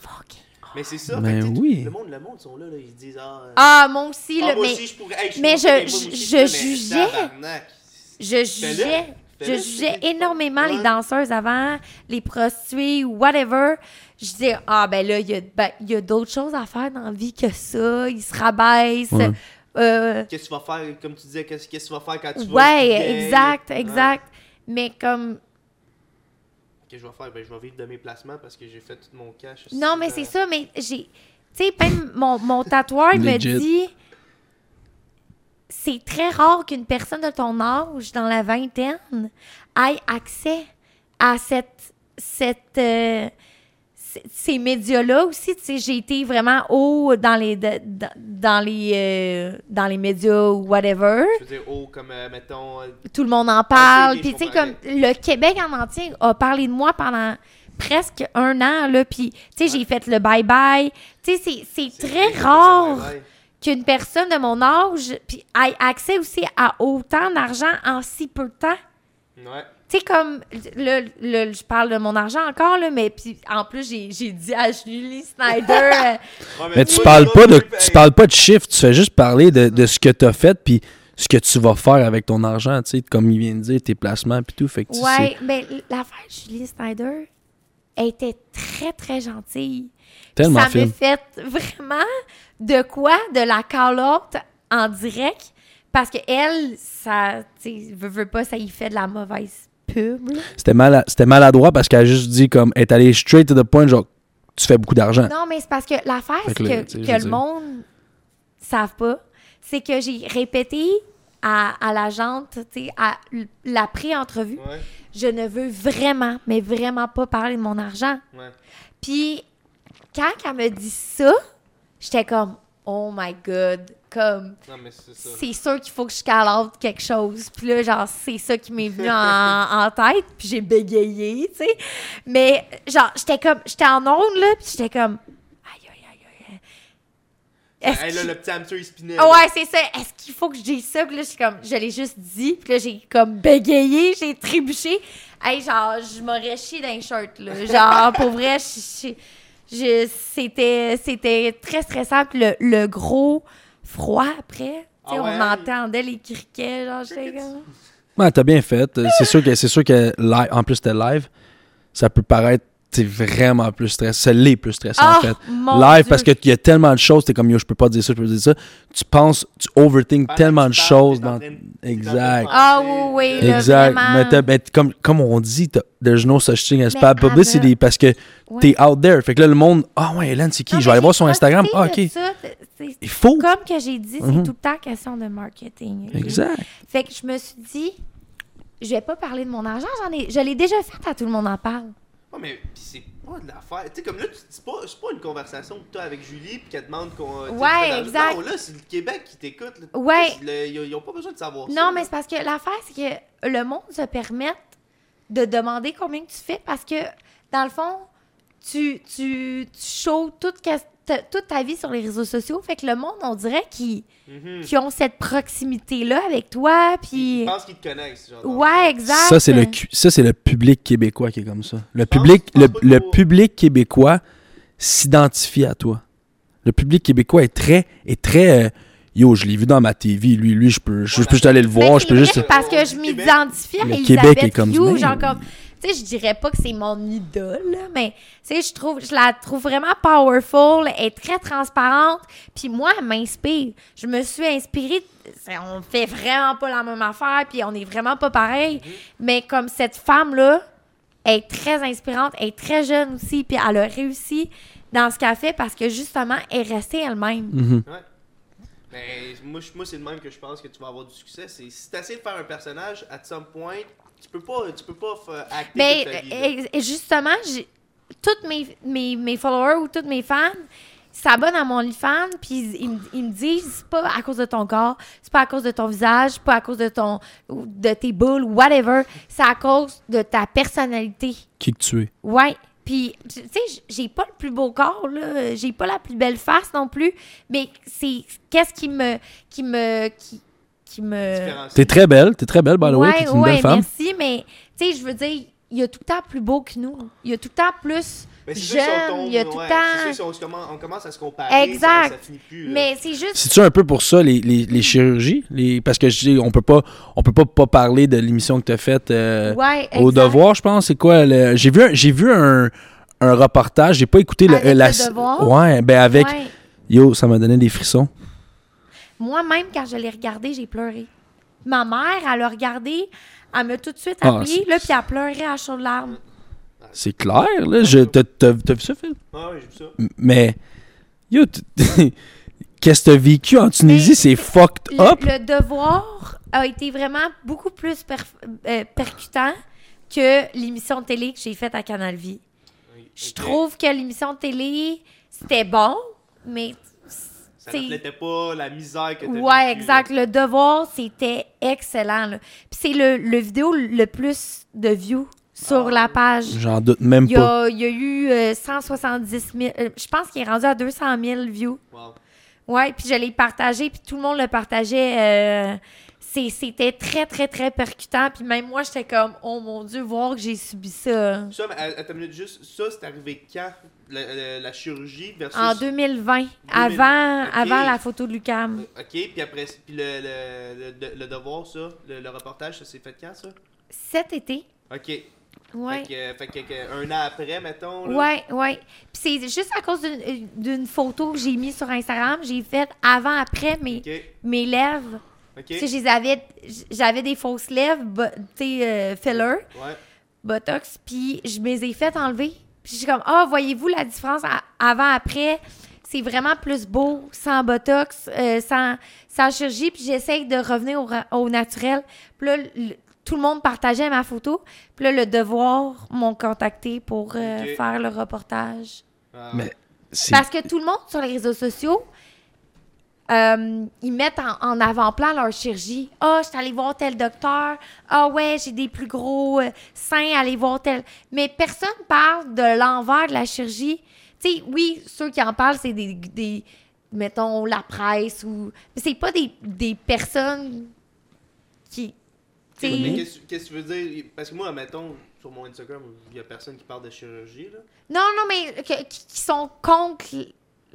fucking- Mais c'est ça, Mais fait que, tu sais, oui. le monde, le monde, sont là, là ils se disent, ah... euh, Ah, moi aussi, ah, là, moi mais aussi, je pourrais... hey, suis mais pas je- capable, moi aussi, je- pourrais, je mais jugeais. tabarnak. je Fais-le. jugeais. Je Fais-le. jugeais énormément les Ouais. danseuses avant, les prostituées ou whatever. Je disais, ah, ben là, il y a, ben, il y a d'autres choses à faire dans la vie que ça. Ils se rabaissent. Ouais. Euh, Qu'est-ce que tu vas faire, comme tu disais, qu'est-ce qu'est-ce que tu vas faire quand tu vas... ouais, gay? exact, Ouais. exact. Mais comme, Qu'est-ce que je vais faire? Ben, je vais vivre de mes placements parce que j'ai fait tout mon cash. Non, mais Euh, c'est ça, mais j'ai. Tu sais, même mon, mon tatoueur il me Legit. dit. C'est très rare qu'une personne de ton âge, dans la vingtaine, ait accès à cette. cette euh, c- ces médias-là aussi, tu sais, j'ai été vraiment haut dans les, de- dans, dans les, euh, dans les médias ou whatever. Je veux dire, oh, comme, euh, mettons, euh, Tout le monde en ok, parle. je Puis, tu sais, comprends. comme le Québec en entier a parlé de moi pendant presque un an, là. Puis, tu sais, j'ai fait le bye-bye. Tu sais, c'est- c'est c'est très vrai, rare c'est vrai, ouais. qu'une personne de mon âge puis, ait accès aussi à autant d'argent en si peu de temps. Ouais. Tu sais, comme, le, le- le- je parle de mon argent encore, là, mais puis en plus, j'ai j'ai dit à Julie Snyder, euh, Ouais, Mais tu vois, parles là, pas de hey, tu parles pas de chiffres, tu fais juste parler de, de ce que t'as fait puis ce que tu vas faire avec ton argent, tu sais, comme il vient de dire, tes placements puis tout. Fait que tu sais, ouais, mais l'affaire de Julie Snyder, elle était très, très gentille. Puis tellement ça m'a film. fait vraiment de quoi de la call-out en direct parce que elle, ça, tu sais, veut, veut pas, ça y fait de la mauvaise pub. là. C'était mala- c'était maladroit parce qu'elle a juste dit comme est allé straight to the point genre tu fais beaucoup d'argent. Non, mais c'est parce que l'affaire, Fait c'est que que, là, tu sais, je que veux le dire. monde savent pas, c'est que j'ai répété à, à la gente, tu sais, à l- la pré-entrevue, Ouais, je ne veux vraiment, mais vraiment pas parler de mon argent. ouais. Puis quand elle me dit ça, j'étais comme oh my god, comme Non, mais c'est ça. c'est sûr qu'il faut que je calote quelque chose. Puis là, genre, c'est ça qui m'est venu en, en tête. Puis j'ai bégayé, tu sais. Mais genre, j'étais comme, j'étais en onde, là, puis j'étais comme, aïe, aïe, aïe, aïe. Est-ce Ben, Hey, là, qu'il- le petit hamster, il spinait. Ah là. ouais, c'est ça. Est-ce qu'il faut que je dise ça? Puis là, je suis comme, je l'ai juste dit. Puis là, j'ai comme bégayé, j'ai trébuché. Hey, genre, je m'aurais chié d'un shirt, là. Genre, pour vrai, je- je- je- c'était, c'était très stressant. Puis le, le gros froid après, tu sais, Ah ouais? on entendait les criquets, genre, j'étais comme... Ouais, t'as bien fait. Euh, C'est sûr que c'est sûr que live, en plus t'es live, ça peut paraître t'es vraiment plus stressant. Ça l'est plus stressant en Ah, fait. mon live Dieu. parce qu'il y a tellement de choses, t'es comme yo, je peux pas dire ça, je peux pas dire ça. Tu penses, tu overthink Pendant tellement que de tu parles, choses t'es en dans. train de- t'es en train de Exact. penser. Ah oui, oui, là, Exact. vraiment. Mais, t'as- mais t- comme, comme on dit, t'as- there's no such thing as Mais bad elle a- publicity parce que Ouais. t'es out there. Fait que là, le monde, ah ouais, Hélène, c'est qui? Non, je mais vais aller j'ai voir son Instagram. Ah, ok. profité de ça. C'est- Il faut. Comme que j'ai dit, c'est Mhm. tout le temps question de marketing. ok? Exact. Fait que je me suis dit, je vais pas parler de mon argent, j'en ai, je l'ai déjà fait à tout le monde en parle. Ouais, mais pis c'est pas de l'affaire. Tu sais, comme là, tu- c'est pas, c'est pas une conversation que t'as avec Julie pis qu'elle demande qu'on. euh, tu sais, Ouais, tu fais dans- exact. Non, là, c'est le Québec qui t'écoute. là. Ouais. Tu sais, le- Ils ils ont pas besoin de savoir ça. Non, mais c'est parce que l'affaire, c'est que le monde se permet de demander combien que tu fais parce que, dans le fond, tu, tu, tu shows toute, que- ta- toute ta vie sur les réseaux sociaux. Fait que le monde, on dirait qu'ils Mhm. qu'ils ont cette proximité-là avec toi. Ils Puis. ils pensent qu'ils te connaissent. Genre, dans Ouais, le fond. exact. Ah, Ça, c'est le, cu- ça, c'est le public québécois qui est comme ça. Le penses- public, tu le, penses pas le trop? public québécois s'identifie à toi. Le public québécois est très, est très, euh, yo, je l'ai vu dans ma TV, lui, lui, je peux, je Ouais, peux juste aller le Mais voir, je Ben, c'est peux vrai juste. Parce que Oh, je le Québec. m'identifie à Le Elisabeth Québec est comme Hughes, ça. genre comme... Tu sais, je dirais pas que c'est mon idole, là, mais tu sais, je trouve, je la trouve vraiment powerful, elle est très transparente, puis moi, elle m'inspire. Je me suis inspirée, c'est- on fait vraiment pas la même affaire, puis on est vraiment pas pareil, mais comme cette femme-là, elle est très inspirante, elle est très jeune aussi, puis elle a réussi dans ce qu'elle fait parce que justement, elle est restée elle-même. Mhm. Ouais. Mais moi, je- moi c'est le même que je pense que tu vas avoir du succès. C'est si t'essayes de faire un personnage, à some point, tu peux pas, tu peux pas fa- acter Mais toute ta vie, là. euh, euh, justement, j'ai- tous mes, mes, mes followers ou tous mes fans s'abonnent à mon OnlyFans, puis ils, ils me- ils me disent c'est pas à cause de ton corps, c'est pas à cause de ton visage, c'est pas à cause de ton ou de tes boules, whatever, c'est à cause de ta personnalité. Qui que tu es. Ouais. Puis, tu sais, j- j'ai pas le plus beau corps, là. J'ai pas la plus belle face non plus. Mais c'est qu'est-ce qui me. qui me. qui, qui me. Différencier. T'es très belle, t'es très belle, by the way, Bah, t'es une belle femme. Merci, mais tu sais, je veux dire, il y a tout le temps plus beau que nous. Il y a tout le temps plus Mais Ben, c'est sûr, si on jeune. tombe, Il y a tout ouais, le c'est sûr, temps. si on, se commence, on commence à se comparer, Exact. Ça, ça finit plus. euh, là. Mais c'est juste. C'est-tu un peu pour ça, les, les, les chirurgies? Les, parce que je dis, on peut pas, on peut pas, pas parler de l'émission que t'as faite euh, Ouais, au exact. devoir, je pense. C'est quoi? le- J'ai vu, un- j'ai vu un, un reportage, j'ai pas écouté le, Avec Le la- Devoir? Ouais, ben avec. Ouais. Yo, ça m'a donné des frissons. Moi-même, quand je l'ai regardé, j'ai pleuré. Ma mère, elle a regardé, elle m'a tout de suite Ah, appelée, c'est- là, puis elle pleurait à chaudes larmes. C'est clair, là. Je, t'as, t'as- t'as vu ça, Phil? Ah ouais, j'ai vu ça. M- Mais, yo, t- qu'est-ce que t'as vécu en Tunisie? Mais- C'est fucked Le, up. le devoir a été vraiment beaucoup plus perf- euh, percutant que l'émission de télé que j'ai faite à Canal Vie. Je Ok. trouve que l'émission de télé, c'était bon, mais Ça C'est- reflétait pas la misère que tu Ouais, exact. Le devoir, c'était excellent. là. Puis c'est le, le vidéo le plus de views sur Ah, la page. J'en doute même Il y, pas. a, il y a eu euh, 170 000. euh, je pense qu'il est rendu à 200 000 views. Wow. Ouais, puis je l'ai partagé, puis tout le monde le partageait. euh, c'est- C'était très, très, très percutant. Puis même moi, j'étais comme, oh mon Dieu, voir que j'ai subi ça. Ça, mais à, à ta minute juste, ça, c'est arrivé quand La, la- la chirurgie versus. En 2020, avant, Ok. avant la photo de Lucam. Ok, puis après, puis le, le, le, le devoir, ça, le, le reportage, ça s'est fait quand, ça Cet été. Ok. Ouais. Fait que, fait que- que un an après, mettons. Là, Ouais, ouais. Puis c'est juste à cause d'une- d'une photo que j'ai mise sur Instagram. J'ai fait avant, après mes, Ok. mes lèvres. Ok. Tu sais, je les avais- j'avais des fausses lèvres, bo- tu sais, euh, filler, Ouais. botox, puis je me les ai fait enlever. Puis je suis comme, ah, voyez-vous la différence à- avant, après? C'est vraiment plus beau, sans botox, euh, sans, sans chirurgie. Puis j'essaye de revenir au, ra- au naturel. Puis là, le- tout le monde partageait ma photo. Puis là, le devoir m'ont contacté pour euh, Ok. faire le reportage. Ah, Mais c'est Parce que tout le monde sur les réseaux sociaux, euh, ils mettent en, en avant-plan leur chirurgie. Ah, je suis allée voir tel docteur. Ah ouais, j'ai des plus gros euh, seins, allez voir tel. Mais personne parle de l'envers de la chirurgie. Tu sais, oui, ceux qui en parlent, c'est des, des- mettons, la presse ou. Mais c'est pas des, des personnes qui. tu sais- Mais qu'est-ce qu'est-ce que tu veux dire? Parce que moi, mettons, sur mon Instagram, il y a personne qui parle de chirurgie, là. Non, non, mais que- qui qui sont contre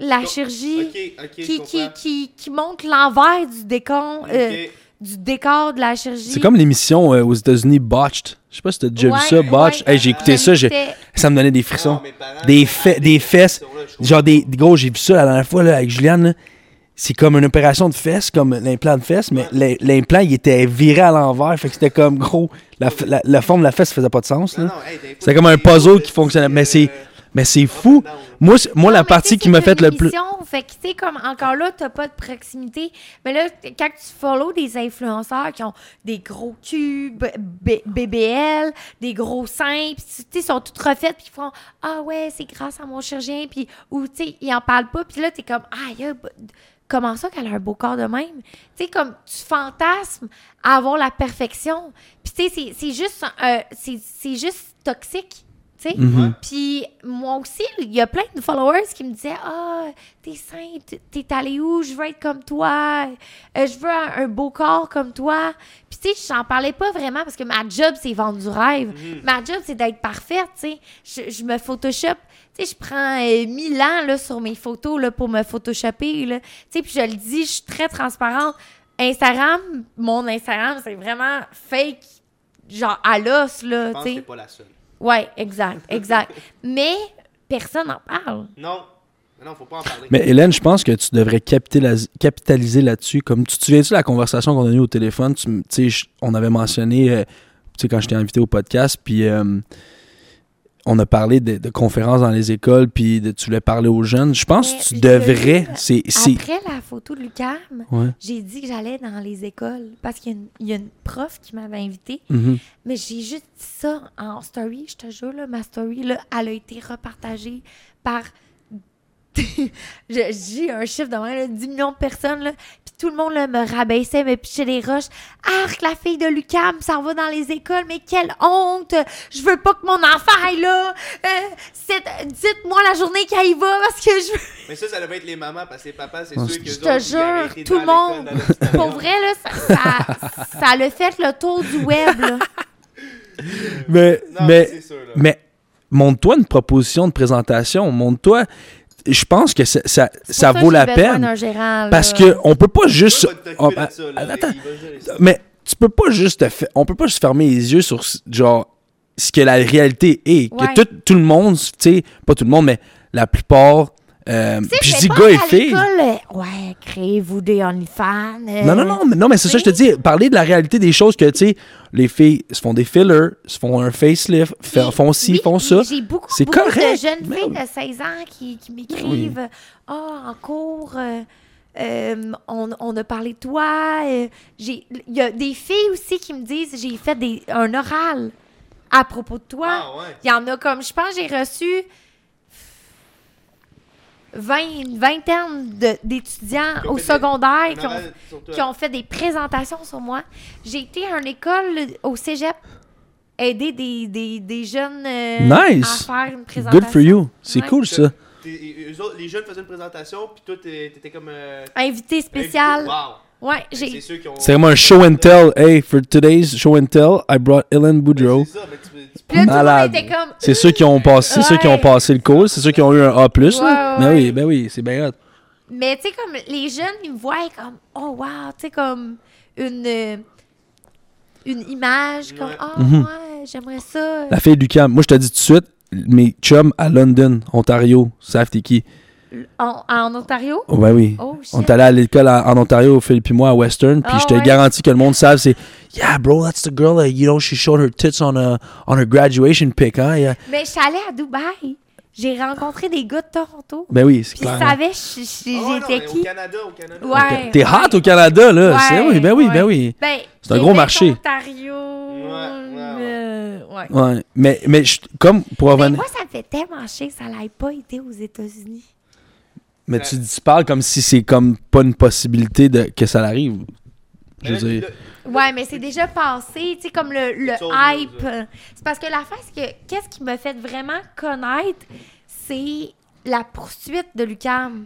la Con- chirurgie. Ok, ok, je qui, qui, comprends. qui, qui montre l'envers du décor, euh, Ok. du décor de la chirurgie. c'est comme l'émission euh, aux États-Unis Botched. Je sais pas si t'as déjà vu Ouais, ça, Botched. ouais. Hey, j'ai écouté ça, j'ai- C'était- ça me donnait des Ah, frissons. mes parents, Des, ils fe- ont des des fesses. frissons, là, je Genre des. Gros, j'ai vu ça la dernière fois là, avec Juliane. là. C'est comme une opération de fesses, comme l'implant de fesses, mais l'im- l'implant, il était viré à l'envers. Fait que c'était comme, gros, la, f- la- la forme de la fesse faisait pas de sens. Ah Non, là. non, hey, ben, des fois, C'était comme un des vidéos puzzle de qui fonctionnait. petits, Mais c'est, euh, mais c'est up and fou. down, là. Moi, c'est- moi Non, la mais partie tu sais, qui m'a c'est fait une le plus. émission, Fait que, tu sais, comme encore là, t'as pas de proximité. Mais là, t- quand tu follow des influenceurs qui ont des gros culs, b- b- BBL, des gros seins, puis tu sais, ils sont toutes refaites, puis ils font Ah ouais, c'est grâce à mon chirurgien, puis ou tu sais, ils en parlent pas, puis là, t'es comme Ah, comment ça qu'elle a un beau corps de même? Tu sais, comme tu fantasmes à avoir la perfection. Puis tu sais, c'est- c'est juste, euh, c'est c'est juste toxique. Tu sais? Mhm. Puis moi aussi, il y a plein de followers qui me disaient Ah, t'es sainte, t'es allée où Je veux être comme toi, Euh, je veux un, un beau corps comme toi. Puis tu sais, j'en parlais pas vraiment parce que ma job, c'est vendre du rêve. Mm-hmm. Ma job, c'est d'être parfaite, tu sais. Je, je me Photoshop. Tu sais, je prends euh, mille ans là, sur mes photos là, pour me Photoshopper. Là. Tu sais, puis je le dis, je suis très transparente. Instagram, mon Instagram, c'est vraiment fake, genre à l'os, là, Je tu pense sais. que t'es pas la seule. Oui, exact, exact. Mais personne n'en parle. Non. Non, faut pas en parler. Mais Hélène, je pense que tu devrais capitala- capitaliser là-dessus. Comme tu te souviens-tu de la conversation qu'on a eue au téléphone? Tu me- tu sais, je- on avait mentionné, euh, tu sais, quand j'étais invité au podcast, puis euh, on a parlé de, de conférences dans les écoles, puis de, tu voulais parler aux jeunes. Je pense Mais que tu je l'ai devrais. vu, C'est, c'est- Après la photo de Lucam, Ouais. j'ai dit que j'allais dans les écoles parce qu'il y a une, il y a une prof qui m'avait invitée. Mhm. Mais j'ai juste dit ça en story. Je te jure, là, ma story, là, elle a été repartagée par. Je- j'ai un chiffre de moins, là, 10 millions de personnes. Là. Puis tout le monde là, me rabaissait, me pichait les roches. Arc, la fille de Lucam s'en va dans les écoles, mais quelle honte! Je veux pas que mon enfant aille là! Euh, c'est- Dites-moi la journée qu'elle y va parce que je veux. Mais ça, ça devait être les mamans, parce que les papas, c'est Ah, sûr que Je te jure, tout le monde, pour vrai, là, ça, ça, ça le fait le tour du web. là. Mais, Non, mais mais, c'est sûr, là. mais montre-toi une proposition de présentation. Montre-toi. Je pense que ça, ça, C'est ça pour vaut que la j'ai besoin peine. d'un gérant, là. Parce que on peut pas juste. Toi, va t'occuper on- de ça, là. attends, Il va gérer ça. mais tu peux pas juste te fa- on peut pas juste fermer les yeux sur ce- genre ce que la réalité est Ouais. que tout, tout le monde tu sais pas tout le monde mais la plupart euh, Tu sais, puis je c'est dis pas gars et qu'à filles l'école, euh, Ouais, créez-vous des OnlyFans. euh, non non non mais, non mais c'est ça je te dis parler de la réalité des choses que tu sais les filles se font des fillers se font un facelift fa- puis- font ci oui, font ça J'ai beaucoup, C'est beaucoup de correct, jeunes mais- filles de 16 ans qui, qui m'écrivent Ah, en cours, euh, euh, on, on a parlé de toi. euh, j'ai- Il y a des filles aussi qui me disent J'ai fait des, un oral à propos de toi. Ah, ouais. Il y en a comme, je pense, j'ai reçu 20, vingtaine de- d'étudiants Qui ont au fait des- secondaire qui ont, Honorable, surtout- qui ont fait des présentations sur moi. J'ai été à une école au cégep aider des, des, des jeunes euh, Nice. à faire une présentation. Good for you. C'est Ouais. cool, ça. T'es- et eux autres- les jeunes faisaient une présentation, puis toi, t'es- t'étais comme. euh, Invité spécial. invité. Wow! Ouais, C'est j'ai. ceux qui ont. C'est vraiment un show and tell. Hey, for today's show and tell, I brought Ellen Boudreau. C'est ça, mais tu, tu Puis là, tout le monde Malade. était comme. C'est ceux qui ont passé, c'est ceux qui ont Ouais. passé le cours, c'est ceux qui ont eu un A+. là. Ouais, Ben ouais, oui, ouais. ben oui, c'est bien hot. Mais tu sais, comme les jeunes, ils me voient comme, oh wow, tu sais, comme une, euh, une image, comme, Ouais. oh Mhm. ouais, j'aimerais ça. euh, La fille du camp. Moi, je te dis tout de suite, mes chums à London, Ontario, savent t'es qui. En, en Ontario? Oh, ben oui. Oh shit. On est allé à l'école à- en Ontario, Philippe et moi, à Western, puis Ah je te ouais. garantis que le monde savent, c'est « Yeah, bro, that's the girl, that, you know, she showed her tits on, a, on her graduation pic, hein? yeah. Mais je suis allée à Dubaï. J'ai rencontré des gars de Toronto. Ben oui, c'est Puis ils clair. savaient je- je- Ah ouais, non, j'étais mais qui. Au Canada, au Canada. Ouais. Ok. T'es hot au Canada, là. Ouais, c'est, oui, ben oui, ouais. ben oui. Ben, C'est un gros Québec, marché. Ontario. ouais, ouais. euh, ouais. Ouais. Mais, mais je- comme pour Mais revenir... moi, ça me fait tellement chier que ça n'ait pas été aux États-Unis. Mais, tu dis, tu parles comme si c'est comme pas une possibilité de, que ça arrive. Je Mais là, veux dire... là, Ouais, mais c'est déjà passé, tu sais, comme le, le It's over, hype. là. C'est parce que la fin, c'est que qu'est-ce qui m'a fait vraiment connaître, c'est la poursuite de Lucam.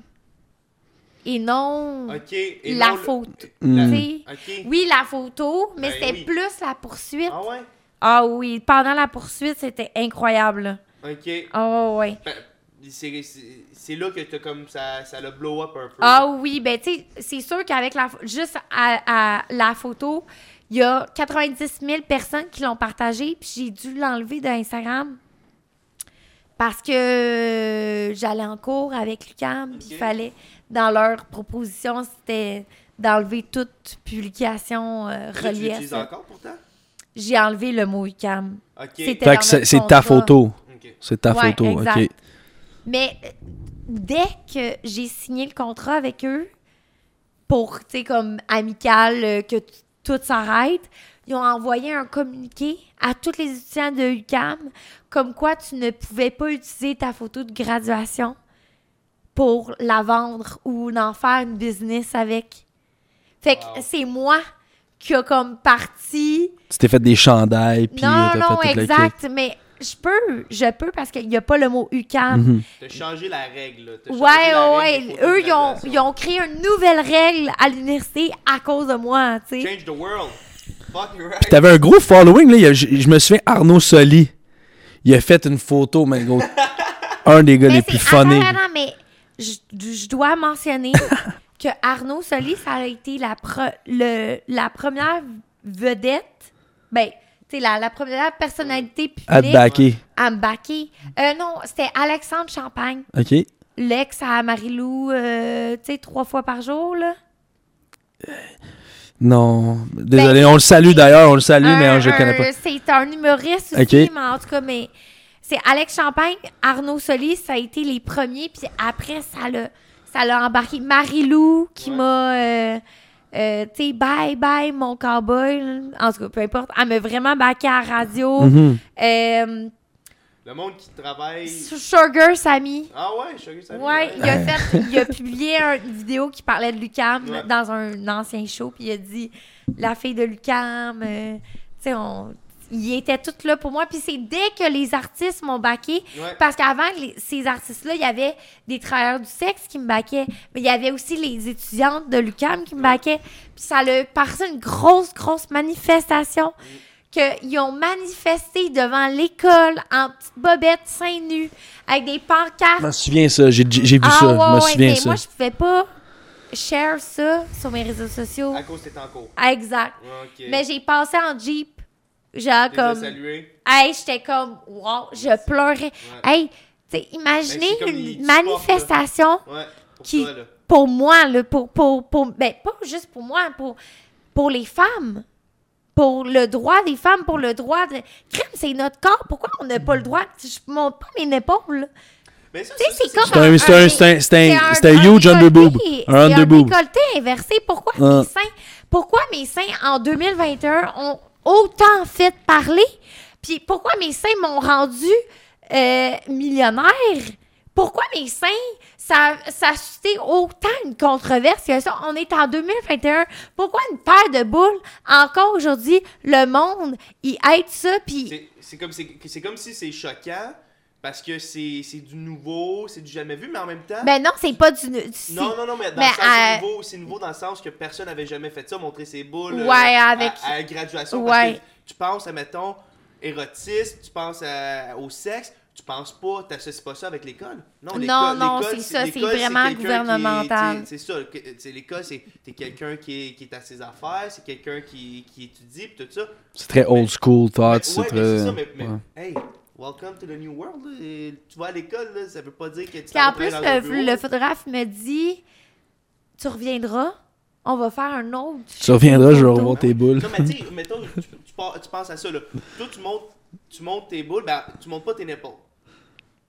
Et non Ok. et la non, le- faute. Hmm. la- Tu sais. Ok. Oui, la photo, mais Ben c'était oui. plus la poursuite. Ah ouais? Ah oui, pendant la poursuite, c'était incroyable. là. Ok. Ah ouais. Ben, c'est- c'est c'est là que t'as comme ça, ça le blow up un peu. Ah oui, ben tu sais, c'est sûr qu'avec la pho- juste à, à la photo, il y a 90 000 personnes qui l'ont partagée, puis j'ai dû l'enlever d'Instagram parce que j'allais en cours avec Lucam, puis il Ok. fallait dans leur proposition, c'était d'enlever toute publication euh, Là, tu reliée à l'utilises ça. encore pourtant? J'ai enlevé le mot Lucam. Ok. C'était- Fait que c'est c'est ta photo. Ok. C'est ta Ouais, photo, exact. OK. Mais euh, dès que j'ai signé le contrat avec eux pour, tu sais, comme amical, euh, que t- tout s'arrête, ils ont envoyé un communiqué à tous les étudiants de UCAM comme quoi tu ne pouvais pas utiliser ta photo de graduation pour la vendre ou d'en faire une business avec. Fait que Wow. c'est moi qui a comme parti Tu t'es fait des chandails, puis euh, non, t'as non, fait toute la exact, mais je peux, je peux parce qu'il n'y a pas le mot UCAM. Mhm. T'as changé la règle. là. T'as Ouais, changé la ouais, règle des ouais. photos de Eux, ils ont, graduation. ils ont créé une nouvelle règle à l'université à cause de moi, tu sais. Change the world. Fuck you Puis right. T'avais un gros following, là. Il y a- Je, je me souviens, Arnaud Soli, il a fait une photo, mais gros, un des gars les Mais plus c'est- attends, funny. attends, mais je, je dois mentionner que Arnaud Soli, ça a été la, pre- le- la première vedette, ben, tu sais, la, la première personnalité À publique te backer. à me backer. Euh, non, c'était Alexandre Champagne. OK? L'ex à Marilou, euh, tu sais, trois fois par jour, là. Non. Désolé, on le salue d'ailleurs, on le salue, mais Ben, hein, Un- je le connais un- C'est un humoriste aussi, Ok. mais en tout cas, mais c'est Alex Champagne, Arnaud Solis, ça a été les premiers, puis après, ça l'a, ça l'a embarqué. Marilou, qui Ouais. m'a, euh, euh, tu sais, bye bye, mon cowboy, là. en tout cas, peu importe, elle m'a vraiment backé à la radio. pas. Mhm. Euh, Le monde qui travaille. Sugar Sammy. Ah ouais, je suis Ouais, il a, fait, il a publié un- une vidéo qui parlait de Lucam Ouais. dans un ancien show, puis il a dit la fille de Lucam, euh, tu sais, on. Ils étaient tous là pour moi. Puis c'est dès que les artistes m'ont baqué. Ouais. Parce qu'avant, les- ces artistes-là, il y avait des travailleurs du sexe qui me baquaient. Mais il y avait aussi les étudiantes de l'UCAM qui me baquaient. Puis ça a passé une grosse, grosse manifestation. Mm. Qu'ils ont manifesté devant l'école en petite bobette, seins nus, avec des pancartes Je me souviens ça, j'ai j'ai vu ça, ouais, je me Ah, ouais, souviens mais ça. moi, je pouvais pas share ça sur mes réseaux sociaux. À cause t'es en cours. Ah, Exact. Ok. Mais j'ai passé en Jeep. Genre T'es comme... salué. Hey, j'étais comme... Wow, je pleurais. Hey, tu sais, imaginez Ben, c'est comme une les sports, là. manifestation Ouais. Pour qui... toi, là. Pour moi, là, pour, pour, pour... Ben, pas juste pour moi, pour, pour les femmes. Pour le droit des femmes, pour le droit de... Crime, c'est notre corps. Pourquoi on n'a pas le droit? Je monte pas mes épaules. Mais ça, Tu sais, ça, c'est ça, comme C'est un- c'est un- c'est un- c'est un- c'est un huge décolleté. underboob. C'est Un underboob. décolleté inversé. Pourquoi Ah. mes seins, pourquoi mes seins en 2021 ont autant fait parler? Puis pourquoi mes seins m'ont rendu euh, millionnaire? Pourquoi mes seins, ça, ça a suscité autant une controverse que ça. On est en 2021. Pourquoi une paire de boules, encore aujourd'hui, le monde, il aide ça, puis C'est- C'est comme, c'est- c'est comme si c'est choquant parce que c'est c'est du nouveau, c'est du jamais vu, mais en même temps. ben non, c'est pas du... c'est- non, non, non, mais dans mais le sens, c'est à- nouveau, c'est nouveau dans le sens que personne n'avait jamais fait ça, montrer ses boules euh, Ouais, avec- à, à la graduation. Parce Ouais. que tu penses à, mettons, érotisme, tu penses à- au sexe, tu penses pas, tu pas ça avec l'école. Non, Non, l'école- non, l'école, c'est ça, c'est l'école, vraiment quelqu'un qui est- gouvernemental. t'es- C'est ça, que- c'est l'école, c'est t'es quelqu'un qui est, qui est à ses affaires, c'est quelqu'un qui, qui étudie, pis tout ça. C'est très old school thought. Ben, Ouais, c'est mais Ah, très. c'est ça, mais, mais ouais. hey, welcome to the new world. là. Et Tu vas à l'école, là, ça veut pas dire que tu Puis en t'en vas plus, dans un le, bureau. le photographe me dit Tu reviendras, on va faire un autre. Tu reviendras, je vais photo. revoir tes boules. Non, mais tu sais, mettons, tu, tu pars- tu penses à ça, là. Toi, tu montes, tu montes tes boules, ben, tu montes pas tes nipples.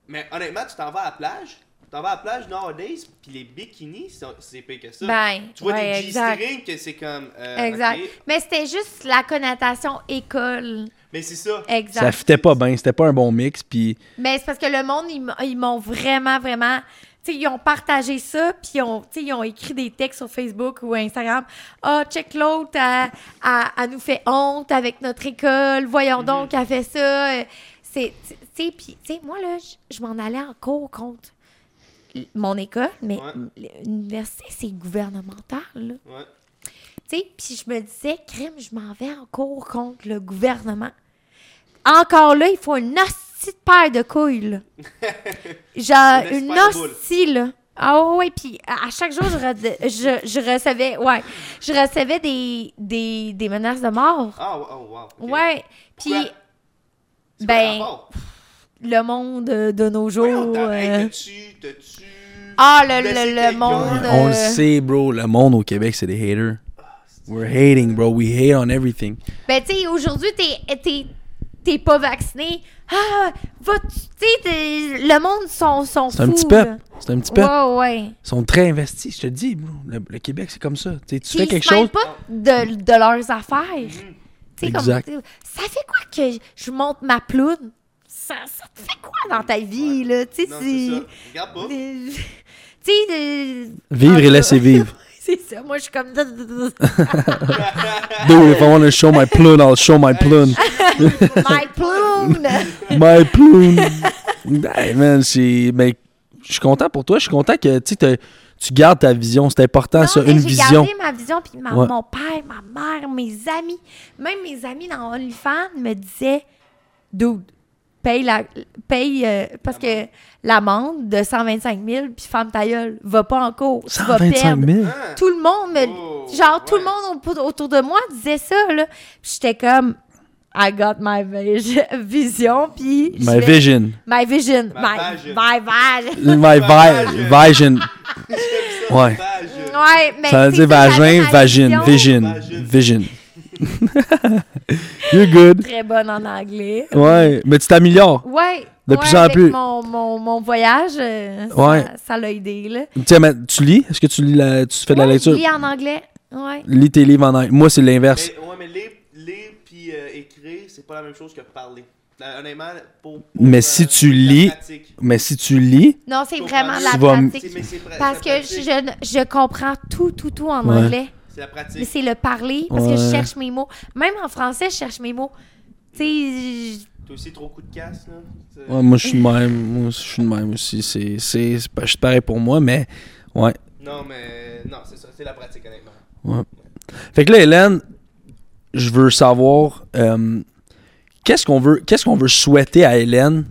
Mais honnêtement, tu t'en vas à la plage, tu t'en vas à la plage nowadays, puis les bikinis, sont- c'est pire que ça. Ben, tu vois ouais, des exact. G-strings que c'est comme. euh, Exact. ok. Mais c'était juste la connotation école. Mais c'est ça. Exact. Ça fitait pas bien, c'était pas un bon mix. Puis Mais c'est parce que le monde, ils m- ils m'ont vraiment, vraiment. Tu sais, ils ont partagé ça, puis ils ont, tu sais, ils ont écrit des textes sur Facebook ou Instagram. Ah, check l'autre, elle, elle- elle nous fait honte avec notre école. Voyons donc, elle fait ça. Euh, C'est, tu sais, puis, tu sais, moi, là, je- je m'en allais en cours contre l- mon école, mais Ouais. l'université, c'est gouvernemental, là. Ouais. Tu sais, puis je me disais, crime, je m'en vais en cours contre le gouvernement. Encore là, il faut une hostie de paire de couilles, là. Genre, Une une espère de boule. hostie, là. Ah ouais, puis à à chaque jour, je, rede- je, je recevais, ouais, je recevais des, des, des menaces de mort. Ah, oh, oh, wow. ok. Ouais, puis Pourquoi? C'est quoi le ben, rapport? le monde euh, de nos jours... Voyons, t'as- hey, euh, t'as-tu- t'as-tu Ah, le, le- blessé le quelqu'un? monde... on le euh, sait, bro, le monde au Québec, c'est des haters. Ah, We're hating, bro. We hate on everything. Ben, tu sais, aujourd'hui, t'es, t'es, t'es pas vacciné. Ah, va, tu sais, t'es- le monde sont, sont C'est un fous, petit là. peuple. C'est un petit peuple. Ouais, ouais. Ils sont très investis, je te le dis, bro. Le, le Québec, c'est comme ça. Tu sais, tu Puis fais ils quelque se mêlent chose. pas de, de leurs affaires. Tu sais, comme, Exact. t'sais, ça fait quoi que je monte ma ploune? Ça, ça te fait quoi dans ta vie, là? Tu sais, Non, si- c'est ça. Regarde pas. Euh, Tu sais, euh, Vivre et en- laisser vivre. c'est ça, moi, je suis comme... Dude, if I want to show my plune, I'll show my plune. My plume! My plume. hey, man, c'est. Mais je suis content pour toi. Je suis content que tu sais, t'as- tu gardes ta vision. C'est important, Non, Ah, ça. mais Une j'ai vision. gardé ma vision, puis ma- Ouais. mon père, ma mère, mes amis, même mes amis dans OnlyFans me disaient « Dude, paye, la, paye euh, parce que l'amende de 125 000, puis femme ta gueule, va pas en cours, tu vas 125 perdre. 000. Hein? » Tout le monde me... Oh, genre, tout ouais. le monde au- autour de moi disait ça, là. Puis J'étais comme « I got my vi- vision, puis... je My vais- vision. My vision. Ma My, vision. my vision. My vi- vision. Ouais. Page. Ouais, mais Ça veut c'est dire j'avais vagin, ma vagine, vision, Vagine. vision. You're good. Très bonne en anglais. Ouais, mais tu t'améliores. Ouais. De ouais, plus en avec plus. Mon, mon, mon voyage, euh, ça- Ouais. ça l'a aidé, là. Tiens, mais tu lis? Est-ce que tu lis la, tu fais de la Ouais, lecture? je lis en anglais. Ouais. Lis tes livres en anglais. Moi, c'est l'inverse. Mais, ouais, mais lire, lire puis euh, écrire, c'est pas la même chose que parler. Euh, honnêtement, pour. pour, Mais euh, si tu la lis- pratique. Mais si tu lis, Non, c'est Faut vraiment prendre- la Tu vas m- C'est- mais pratique. c'est pra- Parce la que pratique. je, je comprends tout, tout, tout en Ouais. anglais. C'est la Mais pratique. c'est le parler, parce que je Ouais. cherche mes mots. Même en français, je cherche mes mots. Tu sais, je- T'as aussi trop coup de casse, là. C'est- ouais, moi, je suis de même. Moi, je suis de même aussi. C'est, c'est, c'est pas- c'est pareil pour moi, mais ouais. Non, mais. Non, c'est ça. C'est la pratique, honnêtement. Fait que là, Hélène, je veux savoir euh, qu'est-ce qu'on veut, qu'est-ce qu'on veut souhaiter à Hélène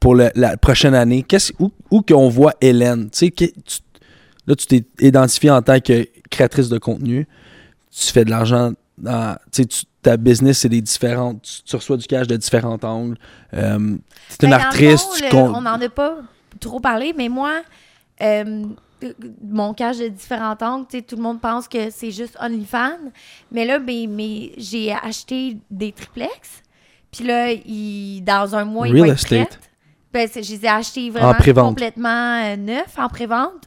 pour le- la prochaine année. Qu'est-ce où, où qu'on voit Hélène Tu sais, que- tu- là, tu t'es identifiée en tant que créatrice de contenu. Tu fais de l'argent. dans- tu sais, tu- ta business, c'est des différentes. Tu, tu reçois du cash de différents angles. Euh, t'es une Ben, dans le actrice. fond, tu le- con- On n'en a pas trop parlé, mais moi, euh, euh, mon cache de différents angles, tu sais, tout le monde pense que c'est juste OnlyFans. Mais là, ben, mais j'ai acheté des triplex. Puis là, il- dans un mois, il Real va être estate. prête. Ben, c'est- je les ai achetés vraiment pré-vente. complètement euh, neufs, en pré-vente.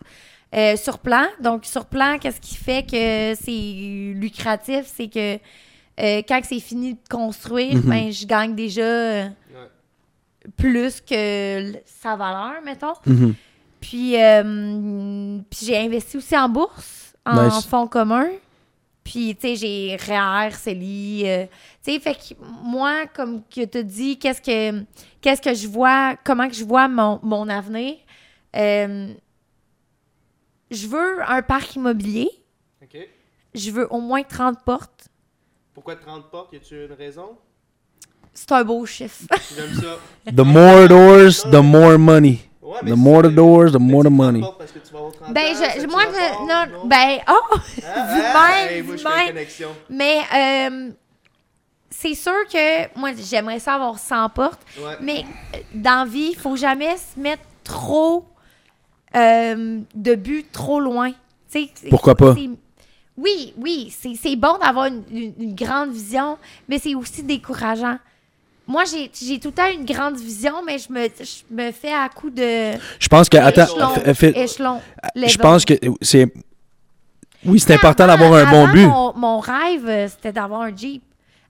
Euh, sur plan. Donc, sur plan, qu'est-ce qui fait que c'est lucratif? C'est que euh, quand c'est fini de construire, Mhm. ben, je gagne déjà euh, Ouais. plus que l- sa valeur, mettons. Mhm. Puis, euh, puis j'ai investi aussi en bourse, en Nice. fonds communs. Puis, tu sais, j'ai REER, CELI. euh, tu sais, fait que moi, comme que tu dis, qu'est-ce que, qu'est-ce que je vois, comment que je vois mon, mon avenir, euh, je veux un parc immobilier. OK. Je veux au moins 30 portes. Pourquoi 30 portes? Y a-tu une raison? C'est un beau chiffre. J'aime ça. The more doors, the more money. Ouais, mais The si more c'est- doors, the mais more tu the te money. rapportes parce que tu vas avoir 30 ans, ben, ça, je, tu moi, vas je- fort, non, ben, oh! Hein? du Hein? même, Hey, moi, du je fais une même. connexion. Mais euh, c'est sûr que moi, j'aimerais ça avoir 100 portes, Ouais. mais euh, dans vie, il faut jamais se mettre trop euh, de but trop loin. Tu sais, c'est- Pourquoi pas? c'est- Oui, oui, c'est c'est bon d'avoir une, une- une grande vision, mais c'est aussi décourageant. Moi, j'ai j'ai tout le temps une grande vision, mais je me, je me fais à coup de Je pense que. Attends, échelon. f- fait- échelon je level. pense que c'est. Oui, c'est Avant- important d'avoir un bon avant, but. Mon, mon rêve, euh, c'était d'avoir un Jeep.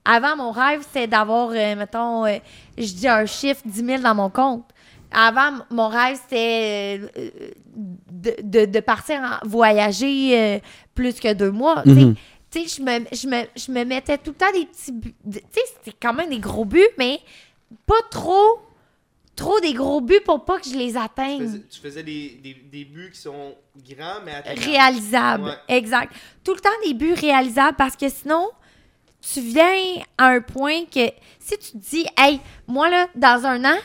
Avant, mon rêve, c'était d'avoir, euh, mettons, euh, je dis un chiffre, 10 000 dans mon compte. Avant, m- mon rêve, c'était euh, euh, de, de- de partir en- voyager euh, plus que deux mois. tu sais. Mhm. Tu sais, je me, je, me, je me mettais tout le temps des petits buts. de- Tu sais, c'était quand même des gros buts, mais pas trop, trop des gros buts pour pas que je les Tu atteigne faisais, tu faisais des, des, des buts qui sont grands, mais atteignables. réalisables. Ouais. Exact. Tout le temps des buts réalisables parce que sinon, tu viens à un point que si tu te dis, hey, moi là, dans un an,